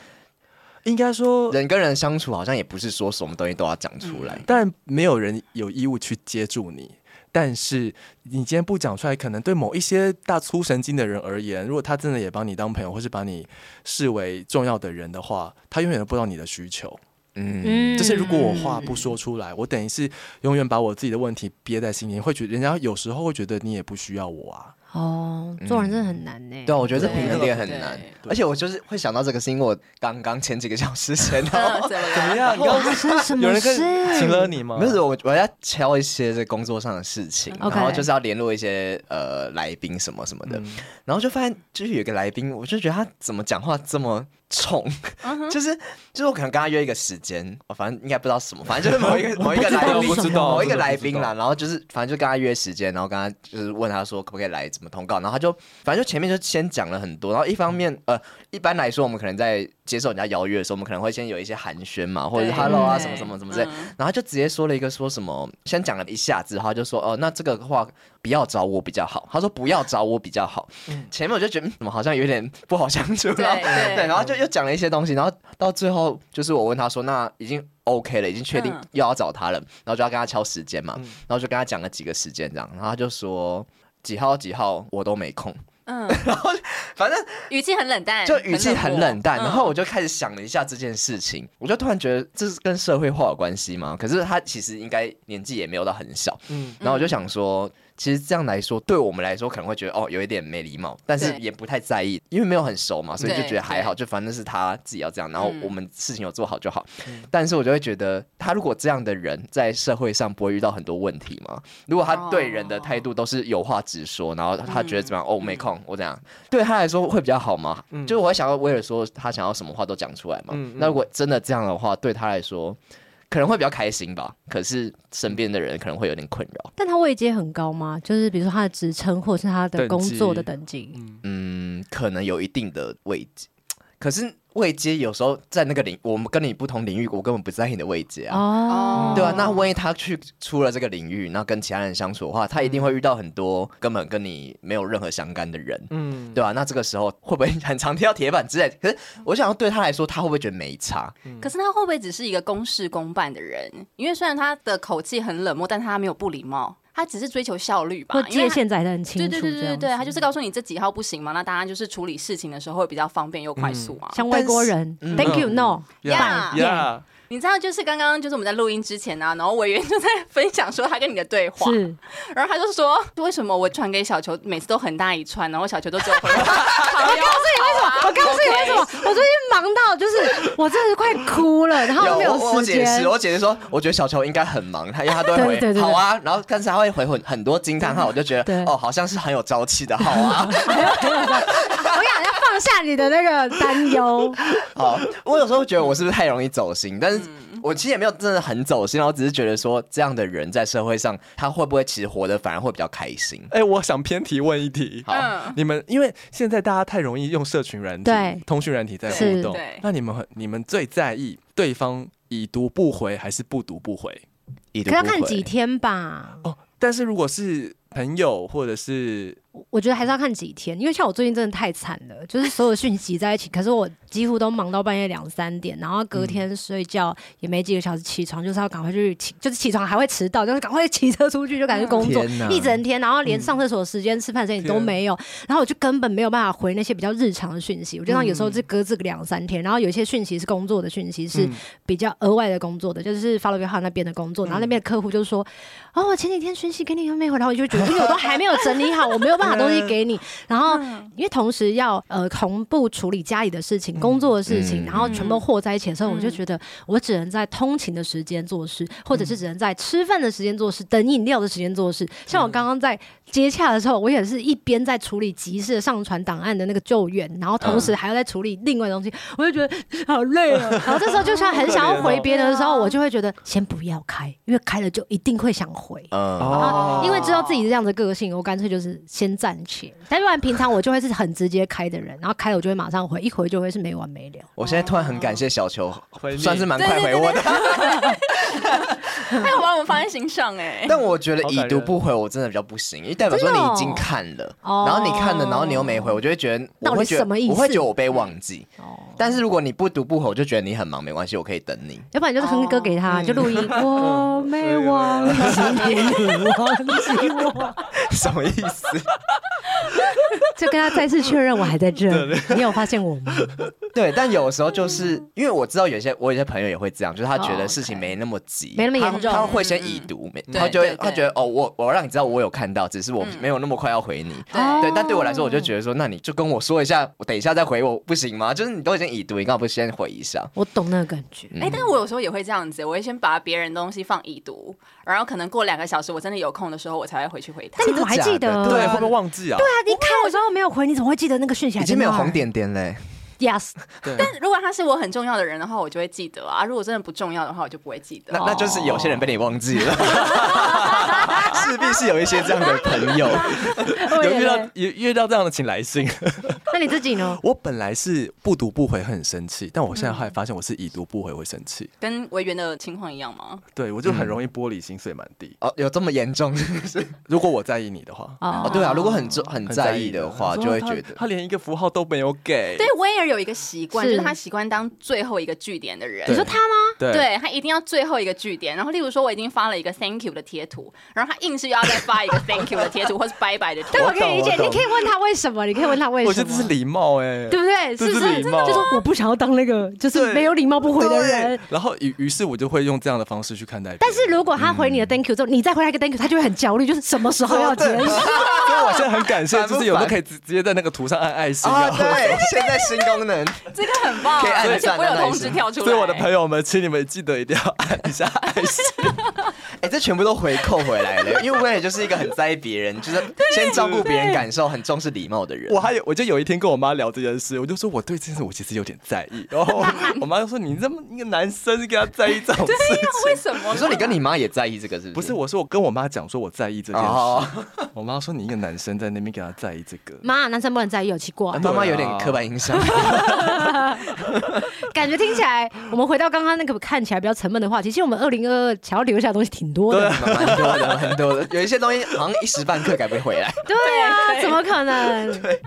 [SPEAKER 1] 应该说，
[SPEAKER 3] 人跟人相处好像也不是说什么东西都要讲出来。
[SPEAKER 1] 但呃没有人有义务去接住你。但是你今天不讲出来，可能对某一些大粗神经的人而言，如果他真的也把你当朋友，或是把你视为重要的人的话，他永远都不知道你的需求。
[SPEAKER 3] 嗯，
[SPEAKER 4] 嗯
[SPEAKER 1] 就是如果我话不说出来，我等于是永远把我自己的问题憋在心里，会觉得人家有时候会觉得你也不需要我啊。
[SPEAKER 4] 哦，做人真的很难呢。
[SPEAKER 3] 嗯对啊，我觉得这平衡点很
[SPEAKER 2] 对
[SPEAKER 3] 难
[SPEAKER 2] 对，
[SPEAKER 3] 而且我就是会想到这个，是因为我刚刚前几个小时前，然
[SPEAKER 2] 嗯
[SPEAKER 3] 后
[SPEAKER 2] 怎么了？
[SPEAKER 1] 样？
[SPEAKER 4] 发生 什么
[SPEAKER 1] 请
[SPEAKER 4] 事？
[SPEAKER 1] 了你吗
[SPEAKER 3] 没有我我要敲一些这工作上的事情，然
[SPEAKER 4] OK
[SPEAKER 3] 后就是要联络一些呃来宾什么什么的，
[SPEAKER 4] 嗯
[SPEAKER 3] 然后就发现就是有一个来宾，我就觉得他怎么讲话这么冲，
[SPEAKER 4] 嗯
[SPEAKER 3] 就是就是我可能跟他约一个时间，我反正应该不知道什么，反正就是某一个某一个来
[SPEAKER 4] 道
[SPEAKER 3] 宾
[SPEAKER 4] 我不知道
[SPEAKER 3] 某一个
[SPEAKER 1] 真的不知道
[SPEAKER 3] 来宾啦，然后就是反正就跟他约时间，然后跟他就是问他说可不可以来怎么通告，然后他就反正就前面就先讲了很多，然后一方面
[SPEAKER 4] 嗯
[SPEAKER 3] 呃一般来说我们可能在接受人家邀约的时候，我们可能会先有一些寒暄嘛，或者是
[SPEAKER 2] 对
[SPEAKER 3] hello 啊
[SPEAKER 2] 对
[SPEAKER 3] 什么什么什么之类
[SPEAKER 2] 嗯，
[SPEAKER 3] 然后就直接说了一个说什么，先讲了一下之后，他就说哦，那这个话不要找我比较好。他说不要找我比较好。前面我就觉得嗯 怎么好像有点不好相处，
[SPEAKER 2] 对
[SPEAKER 3] 然后
[SPEAKER 2] 对
[SPEAKER 3] 对，然后就又讲了一些东西，然后到最后就是我问他说，那已经 OK 了，已经确定
[SPEAKER 2] 嗯
[SPEAKER 3] 又要找他了，然后就要跟他敲时间嘛，然后就跟他讲了几个时间这样，然后他就说几号几号我都没空。
[SPEAKER 2] 嗯，
[SPEAKER 3] 反正
[SPEAKER 2] 语气很冷淡，
[SPEAKER 3] 就语气很冷淡，
[SPEAKER 2] 漠嗯
[SPEAKER 3] 然后我就开始想了一下这件事情，我就突然觉得这是跟社会化有关系吗？可是他其实应该年纪也没有到很小，
[SPEAKER 1] 嗯
[SPEAKER 3] 嗯，然后我就想说，其实这样来说，对我们来说可能会觉得哦有一点没礼貌，但是
[SPEAKER 2] 对
[SPEAKER 3] 也不太在意，因为没有很熟嘛，所以就
[SPEAKER 2] 对嗯
[SPEAKER 3] 觉得还好，就反正是他自己要这样，然后我们事情有做好就好。 但是我就会觉得，他如果这样的人在社会上不会遇到很多问题吗？如果他
[SPEAKER 2] 哦
[SPEAKER 3] 对人的态度都是有话直说，然后他觉得怎么样，哦没
[SPEAKER 2] 嗯
[SPEAKER 3] 空，我怎样，对他来说会比较好吗？
[SPEAKER 1] 嗯
[SPEAKER 3] 就是我会想要威尔说他想要什么话都讲出来嘛。
[SPEAKER 1] 嗯嗯
[SPEAKER 3] 那如果真的这样的话，对他来说可能会比较开心吧。可是身边的人可能会有点困扰。
[SPEAKER 4] 但他位阶很高吗？就是比如说他的职称，或者是他的工作的等级。
[SPEAKER 3] 嗯，可能有一定的位阶，可是位阶有时候在那个领，我们跟你不同领域，我根本不在意你的位阶啊。
[SPEAKER 4] 哦
[SPEAKER 2] 哦，
[SPEAKER 3] 对啊，那万一他去出了这个领域，那跟其他人相处的话，他一定会遇到很多根本跟你没有任何相干的人，
[SPEAKER 1] 嗯，
[SPEAKER 3] 对啊，那这个时候会不 会很常踢到铁板之类的？可是我想要对他来说，他会不会觉得没差？
[SPEAKER 2] 可是他会不会只是一个公事公办的人？因为虽然他的口气很冷漠，但他没有不礼貌，他只是追求效率吧
[SPEAKER 4] 或，
[SPEAKER 2] 哦因为
[SPEAKER 4] 界
[SPEAKER 2] 他
[SPEAKER 4] 限踩得很清
[SPEAKER 2] 对
[SPEAKER 4] 楚，
[SPEAKER 2] 对对对对对，他就是告诉你这几号不行嘛，那当然就是处理事情的时候会比较方便又快速啊。
[SPEAKER 4] 像外国人
[SPEAKER 3] 但是嗯
[SPEAKER 4] ，Thank you no，
[SPEAKER 2] 呀
[SPEAKER 1] Yeah，
[SPEAKER 2] 你知道，就是刚刚就是我们在录音之前呢、啊，然后委员就在分享说他跟你的对话，
[SPEAKER 4] 是
[SPEAKER 2] 然后他就说为什么我传给小球每次都很大一串，然后小球都只有回我 好哟
[SPEAKER 4] 我告诉你为什么，我最近忙到就是我真的是快哭了，然后没
[SPEAKER 3] 我我
[SPEAKER 4] 时
[SPEAKER 3] 解
[SPEAKER 4] 间
[SPEAKER 3] 释，。我解释说，我觉得小球应该很忙，他因为他都会
[SPEAKER 4] 对对对
[SPEAKER 3] 回
[SPEAKER 4] 对
[SPEAKER 3] 好啊，然后但是他会回很很多惊叹号，我就觉
[SPEAKER 4] 对
[SPEAKER 3] 得哦，好像是很有朝气的，好啊，
[SPEAKER 4] 我想要放下你的那个担 忧，
[SPEAKER 3] 好。我有时候觉得我是不是太容易走心，但是我其实也没有真的很走心，然后只是觉得说这样的人在社会上，他会不会其实活得反而会比较开心？
[SPEAKER 1] 哎，我想偏题问一题，
[SPEAKER 2] 嗯
[SPEAKER 3] 好，
[SPEAKER 1] 你们因为现在大家太容易用社群软体、
[SPEAKER 4] 对
[SPEAKER 1] 通讯软体在
[SPEAKER 4] 是
[SPEAKER 1] 互动
[SPEAKER 2] 对，
[SPEAKER 1] 那你们很你们最在意对方已读不回还是不读不回？
[SPEAKER 3] 一
[SPEAKER 4] 可
[SPEAKER 3] 定
[SPEAKER 4] 要
[SPEAKER 3] 不
[SPEAKER 4] 看
[SPEAKER 3] 会
[SPEAKER 4] 几天吧。
[SPEAKER 1] 哦，但是如果是朋友或者是
[SPEAKER 4] 我觉得还是要看几天，因为像我最近真的太惨了，就是所有讯息在一起，可是我几乎都忙到半夜两三点，然后
[SPEAKER 3] 嗯
[SPEAKER 4] 隔天睡觉也没几个小时，起床就是要赶快去起，就是起床还会迟到，就是赶快骑车出去就赶快去工作，
[SPEAKER 3] 天哪
[SPEAKER 4] 一整天，然后连上厕所时间、吃饭时间也都没有，然后我就根本没有办法回那些比较日常的讯息，我就像有时候是隔这个两三天，然后有一些讯息是工作的讯息，
[SPEAKER 3] 嗯
[SPEAKER 4] 是比较额外的工作的，就是 follow your heart 那边的工
[SPEAKER 3] 嗯
[SPEAKER 4] 作，然后那边的客户就说，哦，我前几天讯息给你又没回来，我就觉得因为我都还没有整理好，我没有办法东西给
[SPEAKER 3] 嗯
[SPEAKER 4] 你，然后因为同时要呃同步处理家里的事情、工作的事情，
[SPEAKER 3] 嗯
[SPEAKER 4] 然后全部和在一起的时候，我就觉得我只能在通勤的时间做事，或者是只能在吃饭的时间做事、等饮料的时间做事。像我刚刚在接洽的时候，我也是一边在处理急事上传档案的那个救援，然后同时还要在处理另外的东西，我就觉得好累哦。然后这时候就算很想要回别人的时候，我就会觉得先不要开，因为开了就一定会想回。
[SPEAKER 3] 嗯，
[SPEAKER 1] 哦
[SPEAKER 4] 啊，因为知道自己是这样的个性，我干脆就是先暂且。但不然平常我就会是很直接开的人，然后开了我就会马上回，一回就会是没完没了。
[SPEAKER 3] 我现在突然很感谢小球
[SPEAKER 1] 回，你
[SPEAKER 3] 算是蛮快回我的，
[SPEAKER 2] 他有把我们放在心上 哎、
[SPEAKER 3] 但我觉得
[SPEAKER 1] 好
[SPEAKER 3] 已
[SPEAKER 1] 感
[SPEAKER 3] 读
[SPEAKER 1] 人
[SPEAKER 3] 不回我真的比较不行，因为代表说
[SPEAKER 4] 真的哦
[SPEAKER 3] 你已经看了，
[SPEAKER 4] 哦
[SPEAKER 3] 然后你看了，然后你又没回，我就会觉得嗯
[SPEAKER 4] 到
[SPEAKER 3] 我
[SPEAKER 4] 底
[SPEAKER 3] 会觉得
[SPEAKER 4] 什么意思
[SPEAKER 3] 我会觉得我被忘记。
[SPEAKER 4] 哦，
[SPEAKER 3] 但是如果你不读不回，我就觉得你很忙，没关系，我可以等 你。
[SPEAKER 4] 要不然就是哼歌给
[SPEAKER 1] 哦
[SPEAKER 4] 他，就录音。
[SPEAKER 1] 嗯
[SPEAKER 4] 我没忘记你，忘记我，
[SPEAKER 3] 什么意思？
[SPEAKER 4] 就跟他再次确认我还在这。你有发现我吗？
[SPEAKER 3] 对，但有时候就是因为我知道有些我有些朋友也会这样，就是他觉
[SPEAKER 4] 哦，OK
[SPEAKER 3] 得事情没那么急，
[SPEAKER 4] 没那么
[SPEAKER 3] 他
[SPEAKER 4] 严重
[SPEAKER 3] 他会先已读，没
[SPEAKER 2] 对
[SPEAKER 3] 他就会
[SPEAKER 2] 对对
[SPEAKER 3] 他觉得哦，我我让你知道我有看到，只是我
[SPEAKER 4] 嗯
[SPEAKER 3] 没有那么快要回你。
[SPEAKER 4] 哦
[SPEAKER 3] 对，但对我来说，我就觉得说，那你就跟我说一下，我等一下再回我，不行吗？就是你都已经已读，你干嘛不先回一下？
[SPEAKER 4] 我懂那个感 觉。
[SPEAKER 2] 哎、但是我有时候也会这样子，我会先把别人东西放已读，然后可能过两个小时我真的有空的时候，我才会回去回他
[SPEAKER 4] 但。你怎么还记
[SPEAKER 3] 真的假
[SPEAKER 4] 得？
[SPEAKER 3] 的
[SPEAKER 1] 对，
[SPEAKER 4] 啊
[SPEAKER 1] 会不会忘记啊？
[SPEAKER 4] 你看我之后没有回，你怎么会记得那个讯息？
[SPEAKER 3] 已经没有红。点点嘞、
[SPEAKER 4] Yes，
[SPEAKER 1] 对，
[SPEAKER 2] 如果他是我很重要的人的话，我就会记得啊；如果真的不重要的话，我就不会记得
[SPEAKER 3] 那。那就是有些人被你忘记 了，势必是有一些这样的朋友。
[SPEAKER 4] 我
[SPEAKER 1] 有
[SPEAKER 4] 也
[SPEAKER 1] 遇到
[SPEAKER 4] 会
[SPEAKER 1] 有遇到这样的，请来信。
[SPEAKER 4] 那你自己呢？
[SPEAKER 1] 我本来是不读不回会很生气，但我现在后来发现我是已读不回会生气，
[SPEAKER 2] 跟维园的情况一样吗？
[SPEAKER 1] 对我就很容易玻璃心碎满地。
[SPEAKER 3] 哦，有这么严重是不是？
[SPEAKER 1] 如果我在意你的话，
[SPEAKER 3] 哦，
[SPEAKER 4] 哦，
[SPEAKER 3] 对啊，如果很重很
[SPEAKER 1] 很
[SPEAKER 3] 在意的话，
[SPEAKER 1] 他
[SPEAKER 3] 就
[SPEAKER 1] 说
[SPEAKER 3] 会
[SPEAKER 1] 他
[SPEAKER 3] 觉得
[SPEAKER 1] 他连一个符号都没有给。
[SPEAKER 4] 啊
[SPEAKER 2] 对，威尔有一个习惯，
[SPEAKER 4] 是
[SPEAKER 2] 就是他习惯当最后一个据点的人。
[SPEAKER 1] 对你说
[SPEAKER 4] 他吗？
[SPEAKER 1] 对
[SPEAKER 2] 对他一定要最后一个据点，然后例如说我已经发了一个 thank you 的贴图，然后他硬是又要再发一个 thank you 的贴图，或是拜拜的贴
[SPEAKER 4] 但
[SPEAKER 2] 图
[SPEAKER 4] 我。可以理解，
[SPEAKER 1] 我懂
[SPEAKER 4] 你可以问他为什么，你可以问他为什么。
[SPEAKER 1] 我觉得这是礼貌哎、
[SPEAKER 4] 对不对？
[SPEAKER 1] 这
[SPEAKER 4] 是不
[SPEAKER 1] 是
[SPEAKER 4] 是？
[SPEAKER 1] 礼貌
[SPEAKER 4] 就说我不想要当那个就是
[SPEAKER 1] 对
[SPEAKER 4] 没有礼貌不回的人
[SPEAKER 1] 对。。然后于于是我就会用这样的方式去看待别人。
[SPEAKER 4] 但 是如果他回你
[SPEAKER 1] 嗯
[SPEAKER 4] 的 thank you 之后，你再回他一个 thank you，他就会很焦虑，就是什么时候要结束？
[SPEAKER 1] 所以我现在很感谢，
[SPEAKER 3] 烦不
[SPEAKER 1] 就是有时候
[SPEAKER 3] 烦
[SPEAKER 1] 可以直直接在那个图上按爱心
[SPEAKER 3] 啊，
[SPEAKER 1] 啊。
[SPEAKER 3] 对， 现在新功能，
[SPEAKER 2] 这个很棒，
[SPEAKER 3] 可以按
[SPEAKER 2] 而且
[SPEAKER 3] 赞
[SPEAKER 2] 我有
[SPEAKER 3] 按
[SPEAKER 2] 通
[SPEAKER 3] 爱
[SPEAKER 2] 知
[SPEAKER 3] 心
[SPEAKER 2] 跳出来。
[SPEAKER 1] 所以我的朋友们，请你们记得一定要按一下爱心。
[SPEAKER 3] 哎，这全部都回扣回来了，因为我也就是一个很在意别人， 就是先照顾别人感受，很重视礼貌的人。
[SPEAKER 1] 我还有，我就有一天跟我妈聊这件事，我就说我对这件事我其实有点在意，然后我妈就说你这么一个男生跟他在意这种事情，
[SPEAKER 2] 为什么？
[SPEAKER 3] 你说你跟你妈也在意这个是
[SPEAKER 1] 不
[SPEAKER 3] 不
[SPEAKER 1] 是？
[SPEAKER 3] 是？
[SPEAKER 1] 我说我跟我妈讲说我在意这件
[SPEAKER 3] 哦
[SPEAKER 1] 事，我妈说你一个男生在那边给他在意这个，
[SPEAKER 4] 妈，男生不能在意，有奇啊怪。
[SPEAKER 3] 妈妈有点刻板印象，
[SPEAKER 4] 感觉听起来，我们回到刚刚那个看起来比较沉闷的话题，其实我们二零二二想要留下的东西挺 多的。
[SPEAKER 3] 蛮多的，很多的，有一些东西好像一时半刻改不回来。
[SPEAKER 4] 对啊，怎么可能？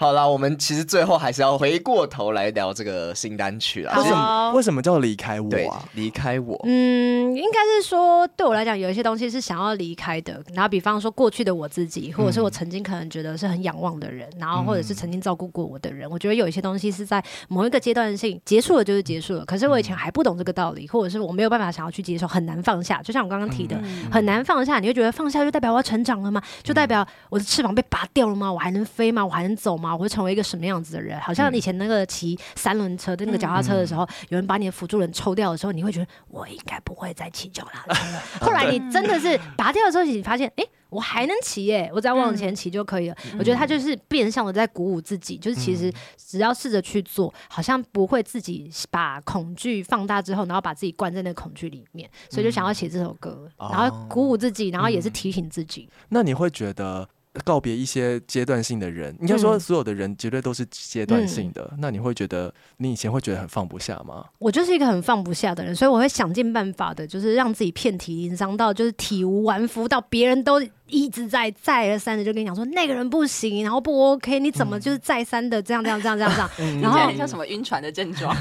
[SPEAKER 3] 好啦，我们其实最后还是要回过头来聊这个新单曲啦。
[SPEAKER 4] 好
[SPEAKER 3] 就是
[SPEAKER 1] 为什么叫离开我
[SPEAKER 3] 对
[SPEAKER 1] 啊？，
[SPEAKER 3] 离开我，
[SPEAKER 4] 嗯，应该是说，对我来讲，有一些东西是想要离开的。然后，比方说过去的我自己，或者是我曾经可能觉得是很仰望的人，然后或者是曾经照顾过我的人，我觉得有一些东西是在某一个阶段性结束了就是结束了。可是我以前还不懂这个道理，或者是我没有办法想要去接受，很难放下。就像我刚刚提
[SPEAKER 1] 嗯
[SPEAKER 4] 的，很难放下，你会觉得放下就代表我要成长了吗？就代表我的翅膀被拔掉了吗？我还能飞吗？我还能走吗？我会成为一个什么样子的人？好像以前那个骑三轮车的那个脚踏车的时候，有人把你的辅助轮抽掉的时候，你会觉得我应该不会再骑脚踏车了。后来你真的是拔掉的时候，你发现，诶，我还能骑耶、我只要往前骑就可以了。我觉得他就是变相的在鼓舞自己，就是其实只要试着去做，好像不会自己把恐惧放大之后，然后把自己关在那个恐惧里面，所以就想要写这首歌，
[SPEAKER 1] 哦
[SPEAKER 4] 然后鼓舞自己，然后也是提醒自己。
[SPEAKER 1] 那你会觉得？呃告别一些阶段性的人，应该
[SPEAKER 4] 嗯
[SPEAKER 1] 说所有的人绝对都是阶段性的。那你会觉得你以前会觉得很放不下吗？
[SPEAKER 4] 我就是一个很放不下的人，所以我会想尽办法的，就是让自己遍体鳞伤到就是体无完肤，到别人都一直在再而三的就跟你讲说那个人不行，然后不 OK，你怎么就是再三的这样这样这样这样这样， 然
[SPEAKER 2] 听起
[SPEAKER 4] 后
[SPEAKER 2] 来很像什么晕船的症状。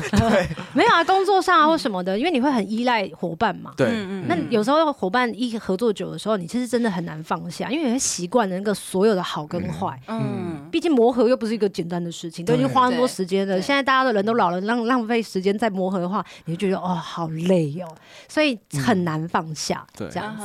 [SPEAKER 4] 没有啊，工作上啊或什么的，因为你会很依赖伙伴嘛。
[SPEAKER 1] 对，
[SPEAKER 4] 嗯
[SPEAKER 1] 嗯
[SPEAKER 4] 那有时候伙伴一合作久的时候，你其实真的很难放下，因为你会习惯那个所有的好跟坏。
[SPEAKER 2] 嗯，
[SPEAKER 4] 毕竟磨合又不是一个简单的事情，都已经花那么多时间了。
[SPEAKER 2] 对
[SPEAKER 4] 现在大家的人都老了，浪浪费时间在磨合的话，你就觉得哦好累哦，所以很难放下。
[SPEAKER 1] 对
[SPEAKER 4] 这样子，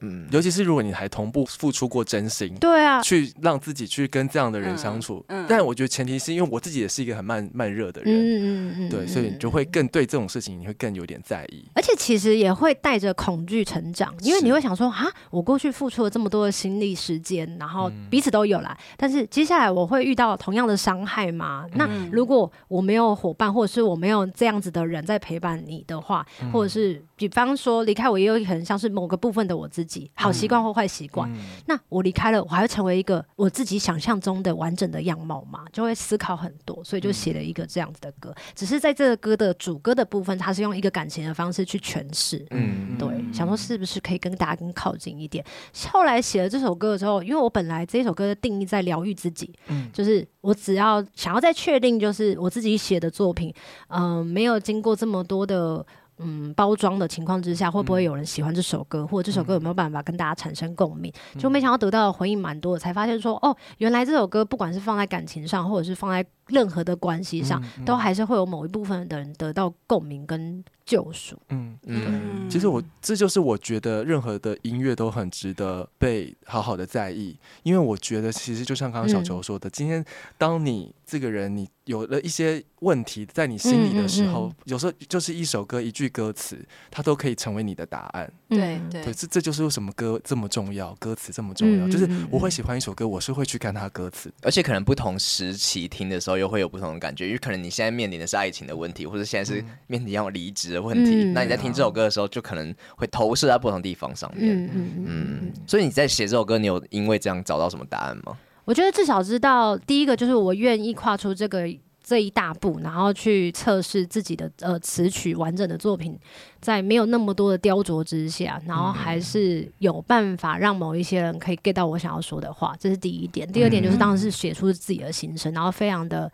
[SPEAKER 2] 嗯
[SPEAKER 3] 嗯，
[SPEAKER 1] 尤其是如果你还同步付出过真心，
[SPEAKER 4] 对啊，
[SPEAKER 1] 去让自己去跟这样的人相处。
[SPEAKER 2] 嗯嗯
[SPEAKER 1] 但我觉得前提是因为我自己也是一个很慢慢热的人，
[SPEAKER 4] 嗯嗯嗯，
[SPEAKER 1] 对，所以你就会更对这种事情你会更有点在意。
[SPEAKER 4] 而且其实也会带着恐惧成长，因为
[SPEAKER 1] 是
[SPEAKER 4] 你会想说啊，我过去付出了这么多的心力、时间，然后
[SPEAKER 1] 嗯
[SPEAKER 4] 彼此都有啦，但是接下来我会遇到同样的伤害吗？
[SPEAKER 1] 嗯
[SPEAKER 4] 那
[SPEAKER 2] 嗯
[SPEAKER 4] 如果我没有伙伴，或者是我没有这样子的人在陪伴你的话，或者是比方说离开我，也有可能像是某个部分的我自己，好习惯或坏习惯。
[SPEAKER 1] 嗯
[SPEAKER 4] 那我离开了，我还会成为一个我自己想象中的完整的样貌吗？就会思考很多，所以就写了一个这样子的歌。只是在这个歌的主歌的部分，它是用一个感情的方式去诠释。
[SPEAKER 1] 嗯，
[SPEAKER 4] 对，想说是不是可以跟大家更靠近一点。后来写了这首歌之后，因为我本来这首歌的定义在疗愈自己，就是我只要想要再确定，就是我自己写的作品，嗯、没有经过这么多的。嗯，包装的情况之下，会不会有人喜欢这首歌，或者这首歌有没有办法跟大家产生共鸣？就没想到得到的回应蛮多的，才发现说，哦，原来这首歌不管是放在感情上，或者是放在任何的关系
[SPEAKER 1] 嗯
[SPEAKER 4] 上，都还是会有某一部分的人得到共鸣跟救赎。
[SPEAKER 1] 嗯。
[SPEAKER 3] 嗯
[SPEAKER 1] 其实我这就是我觉得任何的音乐都很值得被好好的在意，因为我觉得其实就像刚刚小
[SPEAKER 4] 嗯
[SPEAKER 1] 球说的，今天当你这个人你有了一些问题在你心里的时候，
[SPEAKER 4] 嗯嗯
[SPEAKER 1] 有时候就是一首歌一句歌词，它都可以成为你的答案。
[SPEAKER 2] 对
[SPEAKER 4] 嗯
[SPEAKER 2] 对
[SPEAKER 1] 对，，这这就是为什么歌这么重要，歌词这么重要。
[SPEAKER 4] 嗯
[SPEAKER 1] 就是
[SPEAKER 4] 嗯嗯
[SPEAKER 1] 我会喜欢一首歌，我是会去看它歌词。
[SPEAKER 3] 而且可能不同时期听的时候又会有不同的感觉，因为可能你现在面临的是爱情的问题，或者现在是面临要离职的问题，
[SPEAKER 4] 嗯
[SPEAKER 3] 那你在听这首歌的时候，就可能会投射在不同地方上面。
[SPEAKER 4] 嗯嗯嗯嗯
[SPEAKER 3] 嗯，所以你在写这首歌，你有因为这样找到什么答案吗？
[SPEAKER 4] 我觉得至少知道第一个就是我愿意跨出这个这一大步，然后去测试自己的呃词曲完整的作品，在没有那么多的雕琢之下，然后还是有办法让某一些人可以 get 到我想要说的话，这是第一点。第二点就是当时写出自己的心声，然后非常的。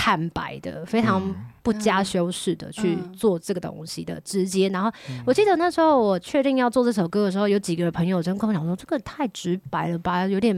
[SPEAKER 4] 坦白的，非常不加修饰的去
[SPEAKER 2] 嗯
[SPEAKER 4] 做这个东西的，直接。然后我记得那时候我确定要做这首歌的时候，有几个朋友就跟我讲说，这个太直白了吧，有点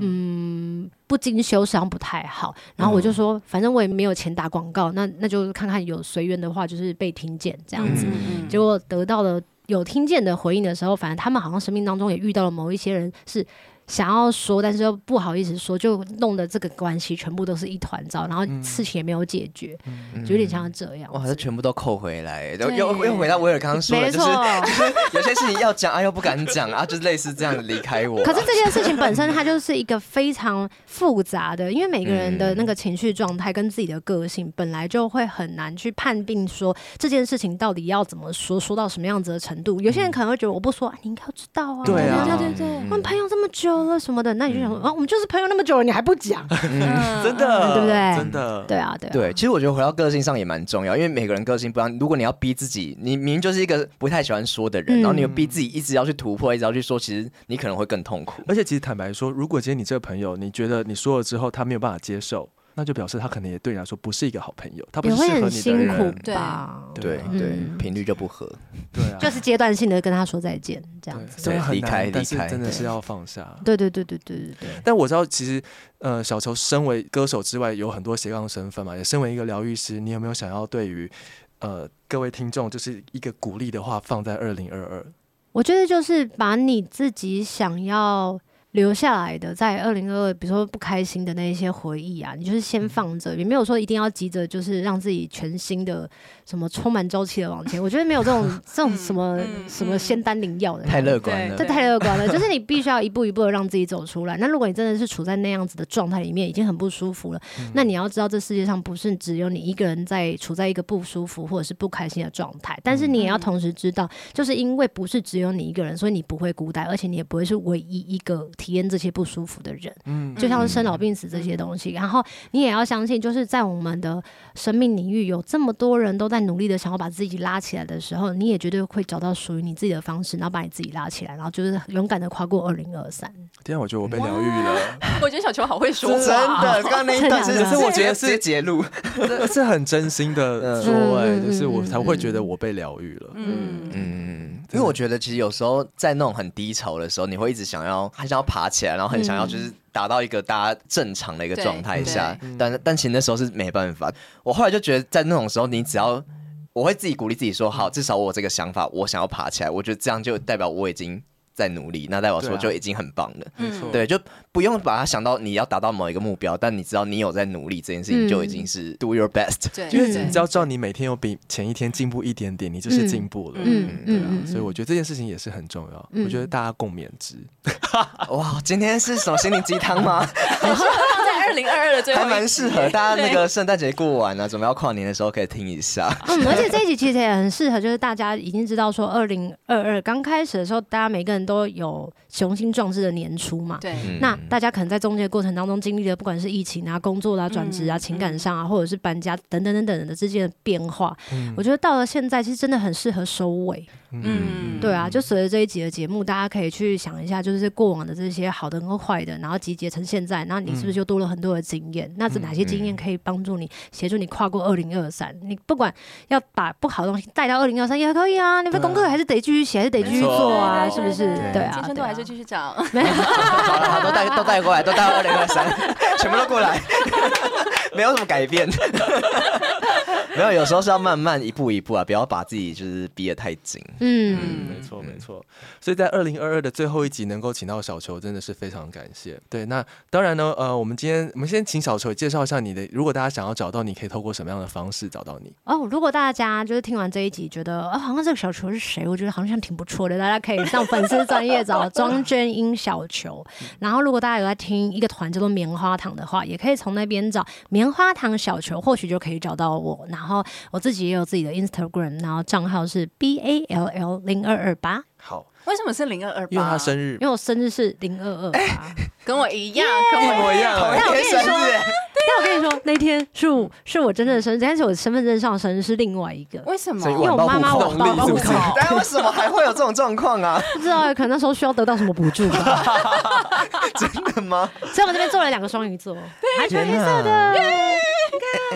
[SPEAKER 4] 嗯不经修饰，好像不太好。然后我就说，反正我也没有钱打广告，那那就看看有随缘的话，就是被听见这样子。
[SPEAKER 2] 嗯
[SPEAKER 4] 结果得到了有听见的回应的时候，反正他们好像生命当中也遇到了某一些人是想要说，但是又不好意思说，就弄得这个关系全部都是一团糟，然后事情也没有解决，就有点像这样子。
[SPEAKER 3] 哇，这全部都扣回来，然后
[SPEAKER 2] 对
[SPEAKER 3] 又又回到威尔刚刚说的，
[SPEAKER 4] 没
[SPEAKER 3] 就
[SPEAKER 4] 错
[SPEAKER 3] 是。 就是有些事情要讲啊，又不敢讲啊，就是类似这样的离开我。
[SPEAKER 1] 啊
[SPEAKER 4] 可是这件事情本身，它就是一个非常复杂的，因为每个人的那个情绪状态跟自己的个性本来就会很难去判定说这件事情到底要怎么说，说到什么样子的程度。有些人可能会觉得我不说，啊、你应该要知道
[SPEAKER 3] 哦
[SPEAKER 4] 啊，
[SPEAKER 1] 对啊嗯
[SPEAKER 4] 对对对
[SPEAKER 2] 对
[SPEAKER 3] 嗯
[SPEAKER 4] 我们朋友这么久了什么的，那你就想说，啊，我们就是朋友那么久了，你还不讲，
[SPEAKER 1] 真的，
[SPEAKER 4] 嗯对啊不对
[SPEAKER 1] 真的，
[SPEAKER 4] 对啊，对
[SPEAKER 3] 嗯
[SPEAKER 4] 啊，
[SPEAKER 3] 对，其实我觉得回到个性上也蛮重要，因为每个人个性不一样。如果你要逼自己，你明明就是一个不太喜欢说的人，
[SPEAKER 4] 嗯
[SPEAKER 3] 然后你又逼自己一直要去突破，一直要去说，其实你可能会更痛苦。
[SPEAKER 1] 而且其实坦白说，如果今天你这个朋友，你觉得你说了之后他没有办法接受，那就表示他可能也对你来说不是一个好朋友，他不
[SPEAKER 4] 也
[SPEAKER 1] 是
[SPEAKER 4] 会
[SPEAKER 1] 适合
[SPEAKER 4] 很
[SPEAKER 1] 你的
[SPEAKER 4] 辛苦
[SPEAKER 1] 人。
[SPEAKER 2] 对
[SPEAKER 4] 吧？
[SPEAKER 3] 对
[SPEAKER 1] 啊
[SPEAKER 3] 对
[SPEAKER 4] 嗯，
[SPEAKER 3] 频率就不合。
[SPEAKER 1] 对啊，
[SPEAKER 4] 就是阶段性的跟他说再见，这样子。
[SPEAKER 1] 真的很
[SPEAKER 3] 离开
[SPEAKER 1] 难，但是
[SPEAKER 3] 离开
[SPEAKER 1] 真的是
[SPEAKER 3] 对
[SPEAKER 1] 要放下。
[SPEAKER 4] 对对对对对对对，
[SPEAKER 1] 但我知道，其实，呃，小球身为歌手之外，有很多斜杠身份嘛，也身为一个疗愈师，你有没有想要对于，呃，各位听众，就是一个鼓励的话，放在二零二二？
[SPEAKER 4] 我觉得就是把你自己想要留下来的，在二零二二，比如说不开心的那一些回忆啊，你就是
[SPEAKER 2] 嗯
[SPEAKER 4] 先放着，也没有说一定要急着，就是让自己全新的什么充满朝气的往前。我觉得没有这 种这种什么
[SPEAKER 2] 嗯
[SPEAKER 4] 什么仙丹灵药的，
[SPEAKER 3] 太乐观了
[SPEAKER 4] 这
[SPEAKER 2] 对。
[SPEAKER 4] 太乐观了，就是你必须要一步一步的让自己走出来。那如果你真的是处在那样子的状态里面，已经很不舒服了，那你要知道，这世界上不是只有你一个人在处在一个不舒服或者是不开心的状态，但是你也要同时知道，就是因为不是只有你一个人，所以你不会孤单，而且你也不会是唯一一个体验这些不舒服的人。
[SPEAKER 1] 嗯，
[SPEAKER 4] 就像生老病死这些东西，然后你也要相信，就是在我们的生命领域有这么多人都在努力的想要把自己拉起来的时候，你也绝对会找到属于你自己的方式，然后把你自己拉起来，然后就是勇敢的跨过二零二三。
[SPEAKER 1] 天啊，我觉得我被疗愈了，
[SPEAKER 2] 我觉得小球好会说话，啊
[SPEAKER 3] 真的，刚刚那一段其
[SPEAKER 4] 真
[SPEAKER 3] 实
[SPEAKER 4] 的
[SPEAKER 3] 是我觉得
[SPEAKER 1] 是
[SPEAKER 3] 是截录，
[SPEAKER 1] 这是很真心的
[SPEAKER 3] 嗯
[SPEAKER 1] 说，哎，
[SPEAKER 4] 嗯
[SPEAKER 1] 就是我
[SPEAKER 4] 嗯
[SPEAKER 1] 才会觉得我被疗愈了。
[SPEAKER 2] 嗯，
[SPEAKER 3] 嗯，因为我觉得其实有时候在那种很低潮的时候，你会一直想要很想要爬起来，然后很想要就是达到一个大家正常的一个状态下，
[SPEAKER 2] 嗯
[SPEAKER 3] 但但其实那时候是没办法。我后来就觉得在那种时候，你只要我会自己鼓励自己说，好，至少我有这个想法，我想要爬起来，我觉得这样就代表我已经在努力，那代表
[SPEAKER 1] 对
[SPEAKER 3] 说
[SPEAKER 1] 啊
[SPEAKER 3] 就已经很棒了。
[SPEAKER 2] 嗯
[SPEAKER 1] 没错，
[SPEAKER 3] 对，就不用把它想到你要达到某一个目标，但你知道你有在努力这件事情，就已经是 do your best。
[SPEAKER 2] 对，
[SPEAKER 1] 因为
[SPEAKER 2] 对
[SPEAKER 1] 你只要知道你每天有比前一天进步一点点，你就是进步了。
[SPEAKER 2] 嗯
[SPEAKER 4] 嗯
[SPEAKER 1] 对
[SPEAKER 4] 嗯
[SPEAKER 1] 啊，
[SPEAKER 4] 嗯，
[SPEAKER 1] 所以我觉得这件事情也是很重要。我觉得大家共勉之。
[SPEAKER 3] 哇，今天是什么心灵鸡汤吗？
[SPEAKER 2] 放在二零二二的最后
[SPEAKER 3] 还
[SPEAKER 2] 一
[SPEAKER 3] 蛮
[SPEAKER 2] 集
[SPEAKER 3] 适合大家那
[SPEAKER 2] 对
[SPEAKER 3] 个圣诞节过完啊，准备要跨年的时候可以听一下。
[SPEAKER 4] 嗯，而且这一集其实也很适合，就是大家已经知道说，二零二二刚开始的时候，大家每个人都有雄心壮志的年初嘛。
[SPEAKER 2] 对，
[SPEAKER 3] 嗯
[SPEAKER 4] 那大家可能在中间的过程当中经历了不管是疫情啊、工作啦、转职啊、
[SPEAKER 2] 嗯
[SPEAKER 4] 情感上啊，或者是搬家等等等等的之间的变化，
[SPEAKER 1] 嗯
[SPEAKER 4] 我觉得到了现在，其实真的很适合收尾。
[SPEAKER 2] 嗯，
[SPEAKER 4] 对啊，就随着这一集的节目，大家可以去想一下，就是过往的这些好的跟坏的，然后集结成现在，那你是不是就多了很多的经验？那是哪些经验可以帮助你协助你跨过二零二三？你不管要把不好的东西带到二零二三也可以啊，你们功课还是得继续写，还是得继续做啊，
[SPEAKER 2] 没
[SPEAKER 4] 是
[SPEAKER 2] 错
[SPEAKER 4] 不是？对啊，
[SPEAKER 2] 健身度
[SPEAKER 4] 对啊
[SPEAKER 2] 还是继续涨。
[SPEAKER 4] 没有。
[SPEAKER 3] 好了，好都带都带过来，都带到二零二三，全部都过来， 没有什么改变。 没有，有时候是要慢慢一步一步啊，不要把自己就是逼得太紧。
[SPEAKER 4] 嗯，
[SPEAKER 1] 没错没错，所以在二零二二的最后一集能够请到小球，真的是非常感谢。对，那当然呢，呃，我们今天我们先请小球介绍一下你的，如果大家想要找到你，可以透过什么样的方式找到你？
[SPEAKER 4] 哦，如果大家就是听完这一集，觉得啊、好像这个小球是谁，我觉得好像挺不错的，大家可以上粉丝专业找庄娟英小球。然后，如果大家有在听一个团叫做棉花糖的话，也可以从那边找棉花糖小球，或许就可以找到我。然后我自己也有自己的 Instagram，然后账号是 B A L L 零二二八。
[SPEAKER 1] 好，
[SPEAKER 2] 为什么是零二二八？
[SPEAKER 1] 因为他生日
[SPEAKER 4] 因为我生日是零二二八。
[SPEAKER 2] 跟我一样，跟我
[SPEAKER 1] 一模一样
[SPEAKER 3] 同
[SPEAKER 1] 哎
[SPEAKER 3] 一天生日，
[SPEAKER 4] 但我跟你说，那天是我是我真正的生日，但是我身份证上的生日是另外一个。
[SPEAKER 2] 为什么
[SPEAKER 3] 所以？
[SPEAKER 4] 因为我妈妈
[SPEAKER 1] 晚
[SPEAKER 4] 我
[SPEAKER 1] 报
[SPEAKER 4] 爸
[SPEAKER 1] 户口
[SPEAKER 4] 爸不
[SPEAKER 1] 是不是
[SPEAKER 4] 考，
[SPEAKER 3] 但为什么还会有这种状况啊？
[SPEAKER 4] 不知道可能那时候需要得到什么补助吧。
[SPEAKER 3] 真的吗？
[SPEAKER 4] 所以我们这边做了两个双鱼座，还穿黑色
[SPEAKER 3] 天
[SPEAKER 4] 的，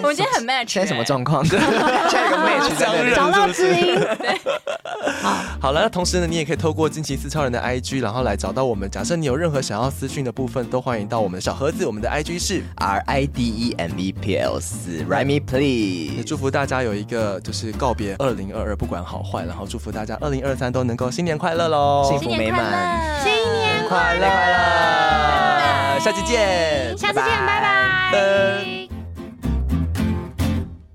[SPEAKER 2] 我们今天很 match，
[SPEAKER 3] 现在什么
[SPEAKER 2] 欸
[SPEAKER 3] 状况？ 现在有个 match 在那里。
[SPEAKER 4] 找到知音。
[SPEAKER 1] 好了，那同时呢，你也可以透过惊奇四超人的 IG，然后来找到我们。假设你有任何想要私讯的部分，都欢迎到我们的小盒子，我们的 IG 是。
[SPEAKER 3] R I D E M V P L 四，Write me
[SPEAKER 1] 也
[SPEAKER 3] please。
[SPEAKER 1] 祝福大家有一个就是告别二零二二，不管好坏，然后祝福大家二零二三都能够新年快乐喽！
[SPEAKER 3] 福美满，
[SPEAKER 6] 新年快
[SPEAKER 3] 快乐快乐，下期见，
[SPEAKER 6] 乐，下次见，拜拜。
[SPEAKER 3] 拜